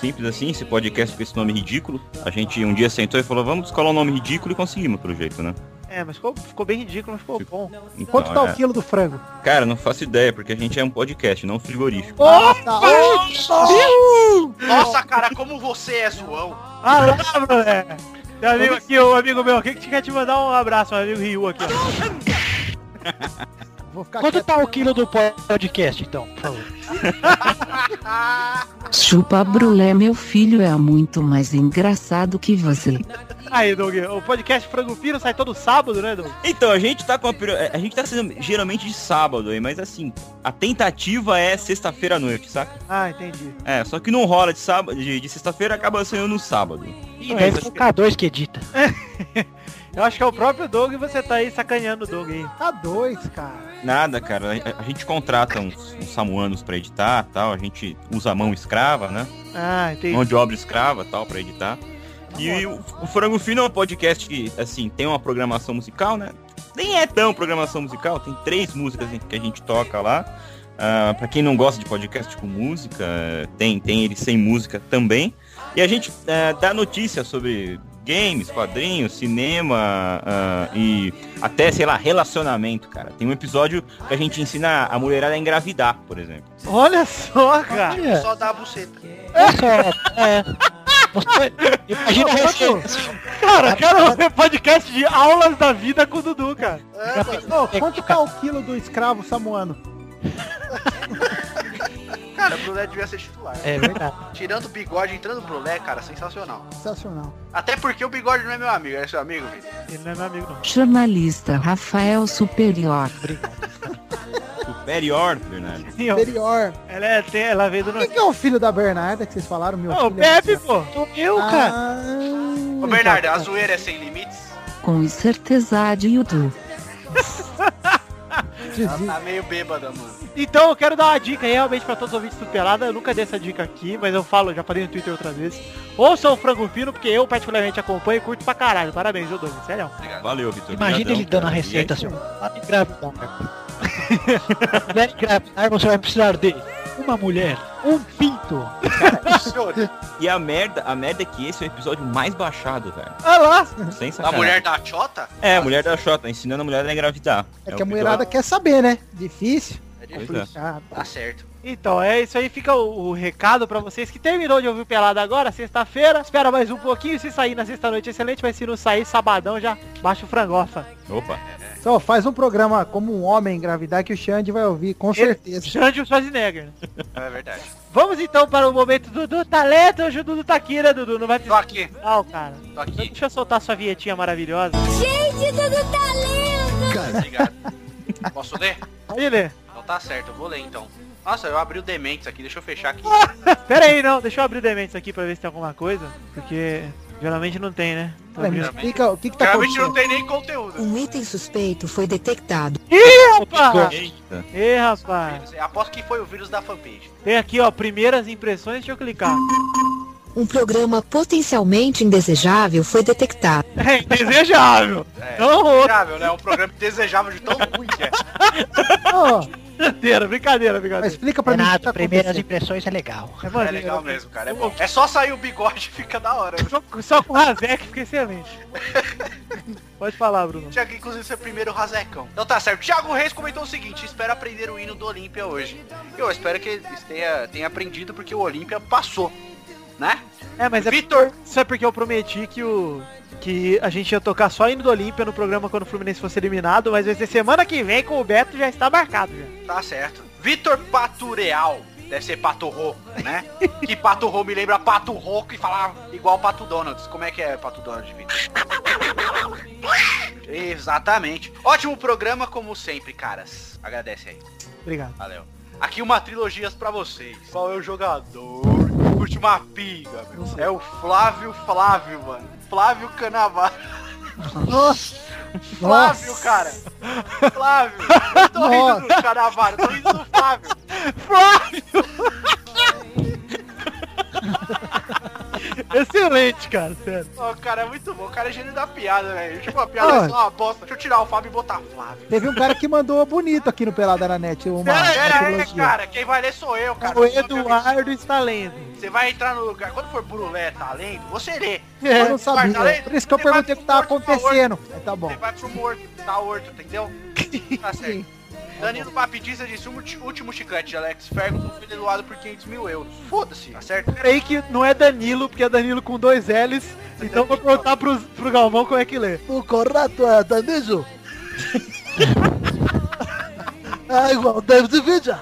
Speaker 2: Simples assim, esse podcast com esse nome ridículo. A gente um dia sentou e falou, vamos colar um nome ridículo e conseguimos, pelo jeito, né?
Speaker 10: É, mas ficou, ficou bem ridículo, mas ficou bom.
Speaker 2: Então,
Speaker 5: Quanto tá
Speaker 2: é.
Speaker 5: o quilo do frango?
Speaker 2: Cara, não faço ideia, porque a gente é um podcast, não um frigorífico.
Speaker 4: Ah,
Speaker 10: Ah,
Speaker 4: tá,
Speaker 6: Nossa, cara, como você é zoão.
Speaker 10: Ah lá, moleque! Tem um amigo aqui, um amigo meu aqui que quer te mandar um abraço, um amigo Ryu aqui, ó.
Speaker 5: Vou ficar
Speaker 3: Quanto tá o quilo do podcast, então, por favor?
Speaker 1: Chupa brulé, meu filho é muito mais engraçado que você.
Speaker 10: Aí, Doug, o podcast Frango Fino sai todo sábado, né, Doug?
Speaker 2: Então, a gente tá com a piro- A gente tá sendo geralmente de sábado aí, mas assim, a tentativa é sexta-feira à noite, saca?
Speaker 10: Ah, entendi.
Speaker 2: É, só que não rola de sábado, de, de sexta-feira acaba sendo no sábado.
Speaker 3: E
Speaker 5: é
Speaker 3: deve ser o K2 que edita.
Speaker 10: Eu acho que é o próprio Doug e você tá aí sacaneando o Doug aí.
Speaker 5: Tá dois, cara.
Speaker 2: Nada, cara. A, a gente contrata uns, uns samuanos pra editar tal, a gente usa a mão escrava, né?
Speaker 10: Ah, entendi.
Speaker 2: Mão de obra escrava tal, pra editar. E o, o Frango Fino é um podcast que, assim, tem uma programação musical, né? Nem é tão programação musical, tem três músicas que a gente toca lá. Ah, pra quem não gosta de podcast com música, eh, tem, tem ele sem música também. E a gente eh, dá notícias sobre games, quadrinhos, cinema ah, e até, sei lá, relacionamento, cara. Tem um episódio que a gente ensina a mulherada a engravidar, por exemplo.
Speaker 10: Olha só, cara.
Speaker 6: Só dá a buceta.
Speaker 3: Imagina a receita.
Speaker 10: Cara, quero ver podcast de aulas da vida com o Dudu, cara.
Speaker 5: Ô, quanto tá o quilo do escravo samuano?
Speaker 6: Cara, o Brulé devia ser titular.
Speaker 3: É verdade.
Speaker 6: Tirando o bigode, entrando o Brulé, cara, sensacional.
Speaker 5: Sensacional.
Speaker 6: Até porque o bigode não é meu amigo, é seu amigo, Vitor.
Speaker 10: Ele não é meu amigo, não.
Speaker 1: Jornalista Rafael Superior.
Speaker 2: Superior, Bernardo.
Speaker 5: Superior.
Speaker 10: Ela, é, tem, ela veio do né?
Speaker 5: Quem que é o filho da Bernarda que vocês falaram, meu
Speaker 10: Ô, o
Speaker 5: filho?
Speaker 4: é
Speaker 10: Pepe, pô.
Speaker 3: Eu,
Speaker 4: Ah,
Speaker 3: cara.
Speaker 4: então,
Speaker 6: Ô,
Speaker 5: né?
Speaker 6: Bernardo, a zoeira é sem limites?
Speaker 1: Com certeza de YouTube.
Speaker 6: Ela tá meio bêbada, mano.
Speaker 10: Então eu quero dar uma dica aí realmente pra todos os ouvintes do Pelada. Eu nunca dei essa dica aqui, mas eu falo, já falei no Twitter outras vezes. Ouçam o Frango Fino, porque eu particularmente acompanho e curto pra caralho. Parabéns, ô Douglas, sério.
Speaker 2: Valeu, Vitor.
Speaker 3: Imagina
Speaker 2: Obrigadão,
Speaker 3: ele dando a
Speaker 2: cara. E é
Speaker 3: receita,
Speaker 2: isso
Speaker 3: senhor. Vai engravidar, cara. Vai engravidar, você vai precisar de uma mulher, um pinto.
Speaker 2: E a merda, a merda é que esse é o episódio mais baixado, velho.
Speaker 10: Ah lá!
Speaker 2: Sem
Speaker 6: A
Speaker 2: sacanagem.
Speaker 6: mulher da Xota?
Speaker 2: É, a mulher da Xota, ensinando a mulher a engravidar. o
Speaker 5: É que a
Speaker 2: episódio-
Speaker 5: mulherada quer saber, né? Difícil.
Speaker 6: É difícil.
Speaker 2: Pois é.
Speaker 5: Ah,
Speaker 6: Tá certo.
Speaker 10: Então, é isso aí, fica o, o recado pra vocês que terminou de ouvir o Pelada agora, sexta-feira. Espera mais um pouquinho, se sair na sexta-noite, excelente, mas se não sair, sabadão já baixa o frangofa.
Speaker 2: Opa.
Speaker 4: então,
Speaker 5: Só faz um programa como um homem engravidar que o Xande vai ouvir, com certeza.
Speaker 10: Xande Schwarzenegger. né?
Speaker 6: É verdade.
Speaker 10: Vamos então para o momento do Dudu Talento. Hoje o Dudu tá aqui, né, Dudu? Não vai
Speaker 6: Tô
Speaker 10: precisar.
Speaker 6: aqui,
Speaker 10: Não, cara.
Speaker 6: tô aqui.
Speaker 10: Deixa eu soltar sua vinhetinha maravilhosa.
Speaker 4: Gente, tudo tá lindo!
Speaker 6: Obrigado. Posso ler?
Speaker 10: Aí, Lê.
Speaker 6: Então tá certo, eu vou ler então. Nossa, eu abri o Dementes aqui, deixa eu fechar aqui.
Speaker 10: Pera aí, não. Deixa eu abrir o Dementes aqui pra ver se tem alguma coisa. Porque geralmente não tem, né? Tô
Speaker 5: Cara, me
Speaker 10: abrindo.
Speaker 5: explica o que, que tá
Speaker 6: Realmente não
Speaker 5: acontecendo.
Speaker 6: tem nem conteúdo.
Speaker 14: Um item suspeito foi detectado.
Speaker 10: Ih,
Speaker 5: Ah.
Speaker 10: rapaz!
Speaker 2: Eita.
Speaker 10: Ih, rapaz!
Speaker 6: Aposto que foi o vírus da fanpage.
Speaker 10: Tem aqui, ó, primeiras impressões. Deixa eu clicar.
Speaker 14: Um programa potencialmente indesejável foi detectado.
Speaker 10: É indesejável.
Speaker 6: É,
Speaker 10: Não, outra
Speaker 6: desejável, né? Um programa desejável de tão ruim que é.
Speaker 5: Ô,
Speaker 10: brincadeira, brincadeira,
Speaker 5: mas
Speaker 10: brincadeira.
Speaker 5: explica pra
Speaker 3: É
Speaker 5: mim o que tá
Speaker 3: nada, primeiras
Speaker 5: acontecendo.
Speaker 3: impressões é legal.
Speaker 10: É
Speaker 6: É
Speaker 10: maneiro.
Speaker 6: legal mesmo, cara. É, bom. é só sair o bigode e fica da hora.
Speaker 10: Só, só com o Razek fica excelente. Pode falar, Bruno.
Speaker 6: Tiago, inclusive, seu primeiro razecão. Então tá certo. Thiago Reis comentou o seguinte, espero aprender o hino do Olímpia hoje. Eu espero que ele tenha, tenha aprendido porque o Olímpia passou, né?
Speaker 10: É, mas é
Speaker 6: Vitor.
Speaker 10: Isso é porque eu prometi que o. Que a gente ia tocar só indo do Olímpia no programa quando o Fluminense fosse eliminado, mas vai ser semana que vem com o Beto já está marcado já.
Speaker 6: Tá certo. Vitor Patureal. Deve ser Pato Ro, né? que Pato Ro me lembra Pato Roco e falar igual Pato Donalds. Como é que é Pato Donald, Vitor? Exatamente. Ótimo programa, como sempre, caras. Agradece aí.
Speaker 13: Obrigado.
Speaker 6: Valeu. Aqui uma trilogia pra vocês. Qual é o jogador que curte uma pinga, meu? É o Flávio Flávio, mano. Flávio Canavar.
Speaker 15: Nossa!
Speaker 6: Flávio, cara! Flávio! Eu tô rindo do Canavar, eu tô rindo do Flávio!
Speaker 10: Excelente, cara, sério.
Speaker 6: Ó, cara, é muito bom. O cara é gênio da piada, velho. Tipo, a piada
Speaker 5: Ah.
Speaker 6: é só uma bosta. Deixa eu tirar o Fábio e botar Flávio.
Speaker 5: Teve um cara que mandou bonito aqui no Pelada na Net. Uma,
Speaker 6: Pera aí,
Speaker 5: uma
Speaker 6: pera aí,
Speaker 5: trilogia.
Speaker 6: É, cara. Quem vai ler sou eu, cara.
Speaker 5: O
Speaker 6: Você sabe,
Speaker 5: Eduardo está lendo.
Speaker 6: Você vai entrar no lugar. Quando for Brulé tá lendo, você lê.
Speaker 5: eu
Speaker 6: Quando
Speaker 5: não
Speaker 6: for
Speaker 5: sabia.
Speaker 6: Bartalento,
Speaker 5: Por isso que eu
Speaker 6: você vai
Speaker 5: perguntei o que tava
Speaker 6: um
Speaker 5: acontecendo. Mas tá bom.
Speaker 6: Você vai pro morto, tá morto, entendeu? Tá certo. Danilo Papidista disse "Um ulti- último chiclete de Alex Ferguson foi leiloado por 500 mil euros. Foda-se, tá certo?
Speaker 10: Peraí que não é Danilo, porque é Danilo com dois L's.
Speaker 6: É
Speaker 10: Então vou perguntar pro, pro Galvão como é que lê.
Speaker 15: O correto é Danilo.
Speaker 5: Ah,
Speaker 15: é igual David Vidia.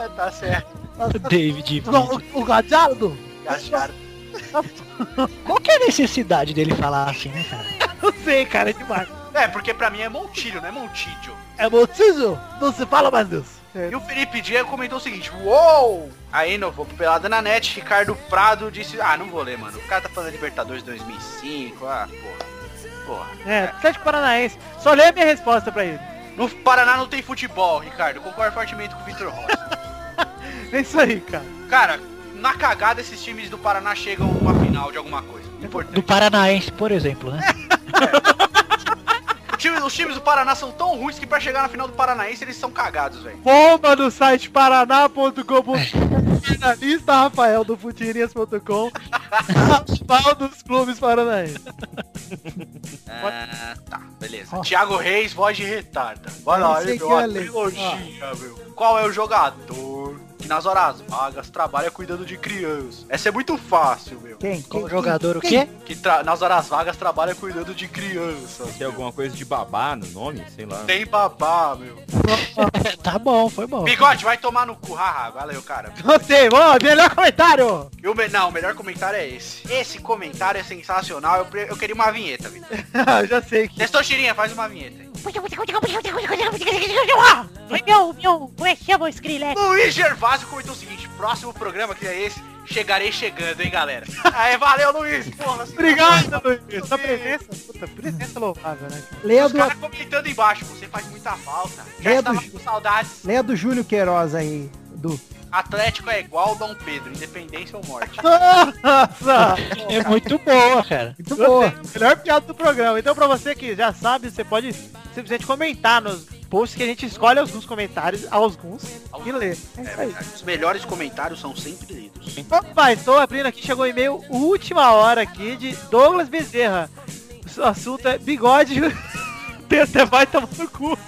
Speaker 6: É, tá certo.
Speaker 3: David.
Speaker 15: O, o Gadiardo.
Speaker 6: Gacharam.
Speaker 3: Qual que é a necessidade dele falar assim, né, cara?
Speaker 10: Não sei, cara, é demais.
Speaker 6: É, porque pra mim é Montilho, não é Montídio.
Speaker 15: É Montijo? Não se fala mais disso.
Speaker 5: É,
Speaker 6: E o Felipe Diego comentou o seguinte, uou! Aí não vou pro Pelada na Net, Ricardo Prado disse, ah, não vou ler, mano. O cara tá falando Libertadores 2005, ah, porra. Porra.
Speaker 10: É, Atlético Paranaense. Só lê a minha resposta pra ele.
Speaker 6: No Paraná não tem futebol, Ricardo. Concordo fortemente com o Vitor Rosa.
Speaker 10: É isso aí, cara.
Speaker 6: Cara, na cagada esses times do Paraná chegam a uma final de alguma coisa. Importante.
Speaker 3: Do Paranaense, por exemplo, né?
Speaker 6: O time- os times do Paraná são tão ruins que pra chegar na final do Paranaense eles são cagados, velho.
Speaker 10: Bomba no site paraná.com.br Jornalista Rafael do Futirinhas.com Rafael dos clubes paranaenses.
Speaker 6: Ah, tá, beleza. Thiago Reis, voz de retarda. Vai
Speaker 10: Eu não
Speaker 6: lá,
Speaker 10: sei
Speaker 6: ele
Speaker 10: quem
Speaker 6: uma
Speaker 10: é Alex.
Speaker 6: trilogia, meu. Qual é o jogador que nas horas vagas trabalha cuidando de crianças? Essa é muito fácil, meu.
Speaker 5: Quem?
Speaker 3: Qual
Speaker 5: Quem?
Speaker 3: jogador o
Speaker 5: Quem?
Speaker 3: quê?
Speaker 6: Que tra- nas horas vagas trabalha cuidando de crianças.
Speaker 2: Tem alguma coisa de babá no nome? Sei lá.
Speaker 6: Tem babá, meu.
Speaker 3: tá bom, foi bom.
Speaker 6: Bigode, vai tomar no cu, haha. Valeu, cara.
Speaker 10: Gostei, bom, melhor comentário.
Speaker 6: E o me- Não, o melhor comentário é esse. Esse comentário é sensacional. Eu, pre- eu queria uma vinheta, Vitor.
Speaker 10: Já sei que...
Speaker 6: Testostirinha, faz uma vinheta. aí.
Speaker 9: Foi meu, meu, como é que chama o Skrillex?
Speaker 6: Luiz Gervásio comentou o seguinte, próximo programa que é esse, chegarei chegando, hein, galera. Aí, valeu, Luiz. Porra, assim,
Speaker 10: Obrigado, Luiz. Sua presença, puta, presença louvável, né?
Speaker 5: Leia
Speaker 6: Os
Speaker 5: do,
Speaker 6: caras comentando embaixo, você faz muita falta. Já
Speaker 5: Ledo-
Speaker 6: estava com saudades.
Speaker 5: leia do Júlio Queiroz aí. Do...
Speaker 6: Atlético é igual Dom Pedro, independência ou morte.
Speaker 10: Nossa!
Speaker 3: É muito boa, cara.
Speaker 5: Muito boa.
Speaker 10: Gostei. Melhor piada do programa. Então, pra você que já sabe, você pode simplesmente comentar nos posts que a gente escolhe alguns comentários, alguns, e lê. É
Speaker 6: É
Speaker 10: isso aí.
Speaker 6: verdade. Os melhores comentários são sempre lidos.
Speaker 10: Opa, estou abrindo aqui, chegou um e-mail última hora aqui de Douglas Bezerra. O assunto é bigode. Tem até vai tomar no cu.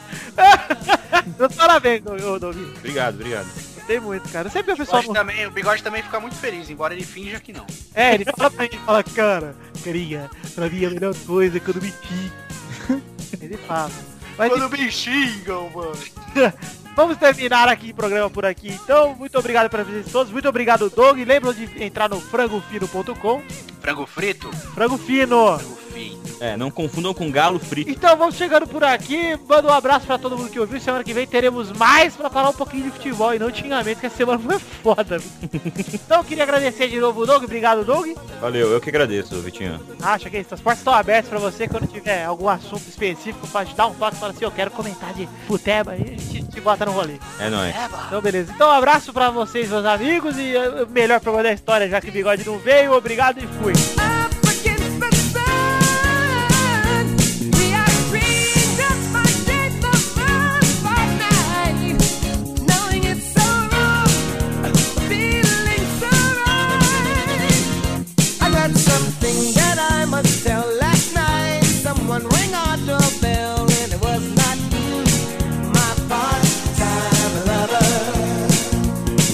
Speaker 10: Meus Parabéns, Doug- ô, Douglas.
Speaker 2: Obrigado, obrigigado.
Speaker 10: Gostei muito, cara. Sempre o
Speaker 6: O
Speaker 10: pessoal.
Speaker 6: bigode, também, o bigode também fica muito feliz, embora ele finja que não.
Speaker 10: É, ele fala pra gente, fala, cara, carinha, pra mim a melhor coisa é quando me xingam. Ele fala. Mas
Speaker 6: Quando me xingam, mano.
Speaker 10: Vamos terminar aqui o programa por aqui. Então, muito obrigado pela presença de todos. Muito obrigado, Doug. Lembram de entrar no frangofino.com.
Speaker 6: Frango frito?
Speaker 10: Frango Fino.
Speaker 6: Frango frito.
Speaker 2: É, não confundam com galo frito.
Speaker 10: Então, vamos chegando por aqui. Manda um abraço pra todo mundo que ouviu. Semana que vem teremos mais pra falar um pouquinho de futebol e não xingamento, que a semana foi foda. então, eu queria agradecer de novo o Doug. Obrigado, Doug.
Speaker 2: Valeu, eu que agradeço, Vitinho.
Speaker 10: Acha que as portas estão abertas pra você quando tiver algum assunto específico pra te dar um toque e falar assim, eu quero comentar de futeba e a gente te bota no rolê.
Speaker 2: É nóis.
Speaker 10: Então, beleza. Então, um abraço pra vocês, meus amigos, e eh, o melhor programa da história, já que o bigode não veio. Obrigado e fui.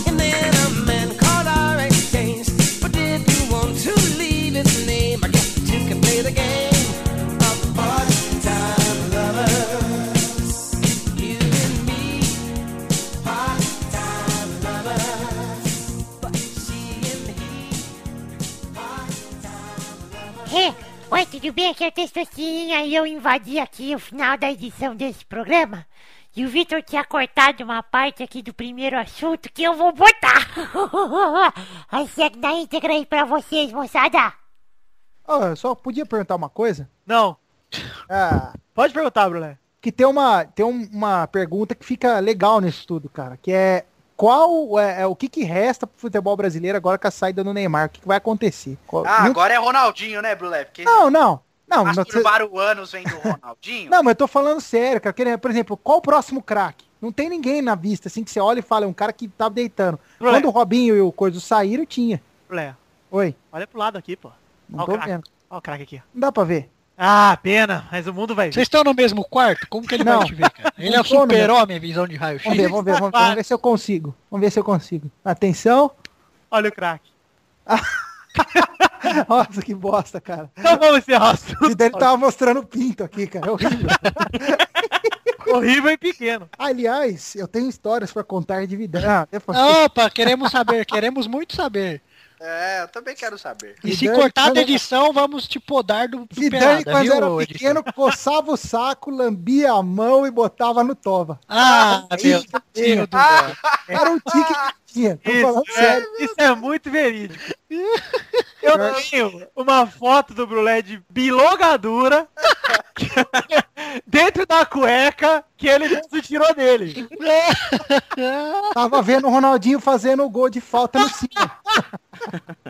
Speaker 4: And then a man called our exchange. But if you want to leave, it's
Speaker 9: tudo bem? Aqui é o Testocinha e eu invadi aqui o final da edição desse programa. E o Vitor tinha cortado uma parte aqui do primeiro assunto que eu vou botar. Aí segue na íntegra aí pra vocês, moçada.
Speaker 4: Ah, eu só podia perguntar uma coisa?
Speaker 10: Não.
Speaker 4: Pode perguntar, Brulé. Que tem uma, tem um- uma pergunta que fica legal nisso tudo, cara, que é qual é, é o que, que resta pro futebol brasileiro agora com a saída do Neymar? O que, que vai acontecer? Qual-
Speaker 6: Ah,
Speaker 4: não-
Speaker 6: agora é Ronaldinho, né, Brulé? Porque
Speaker 4: Não, não. Não, mas você-
Speaker 6: masturbaram o anos vendo o Ronaldinho.
Speaker 4: não, mas eu tô falando sério, cara. que nem- por exemplo, qual o próximo craque? Não tem ninguém na vista, assim, que você olha e fala, é um cara que tava deitando.
Speaker 10: Brulé.
Speaker 4: Quando o Robinho e o Coiso saíram, tinha.
Speaker 10: Brulé,
Speaker 4: Oi,
Speaker 10: olha pro lado aqui, pô.
Speaker 4: Não
Speaker 10: Ó o
Speaker 4: tô
Speaker 10: craque.
Speaker 4: vendo.
Speaker 10: Ó o craque aqui.
Speaker 4: não dá pra ver.
Speaker 10: Ah, pena, mas o mundo vai ver.
Speaker 3: Vocês estão no mesmo quarto? Como que ele
Speaker 4: Não.
Speaker 3: vai te ver, cara? Ele é
Speaker 4: Não
Speaker 3: o
Speaker 4: tô no meu-
Speaker 3: super-homem, visão de raio-x.
Speaker 4: Vamos ver, vamos ver, vamos ver, vamos ver se eu consigo. Vamos ver se eu consigo. Atenção.
Speaker 10: Olha o craque.
Speaker 4: Nossa, que bosta, cara.
Speaker 10: Então vamos encerrar o
Speaker 4: E
Speaker 10: assunto.
Speaker 4: daí ele tava mostrando o pinto aqui, cara. É horrível.
Speaker 10: Horrível e é pequeno.
Speaker 4: Aliás, eu tenho histórias pra contar de vida. Ah, depois...
Speaker 3: Opa, queremos saber, queremos muito saber.
Speaker 6: É, eu também quero saber.
Speaker 3: E se
Speaker 4: Zidane,
Speaker 3: cortar
Speaker 4: quando-
Speaker 3: da edição, vamos te podar do, do
Speaker 4: Zidane,
Speaker 3: Pelada,
Speaker 4: quando
Speaker 3: viu,
Speaker 4: era
Speaker 3: Edi?
Speaker 4: pequeno, coçava o saco, lambia a mão e botava no tova.
Speaker 3: Ah, meu
Speaker 4: Isso,
Speaker 3: Deus do
Speaker 4: cara.
Speaker 3: céu.
Speaker 4: Era um tique que tinha. Tô falando
Speaker 10: Isso
Speaker 4: sério.
Speaker 10: é, isso é muito verídico. Eu tenho uma foto do Brulé de bilogadura dentro da cueca que ele mesmo tirou dele.
Speaker 4: Tava vendo o Ronaldinho fazendo o gol de falta no cima.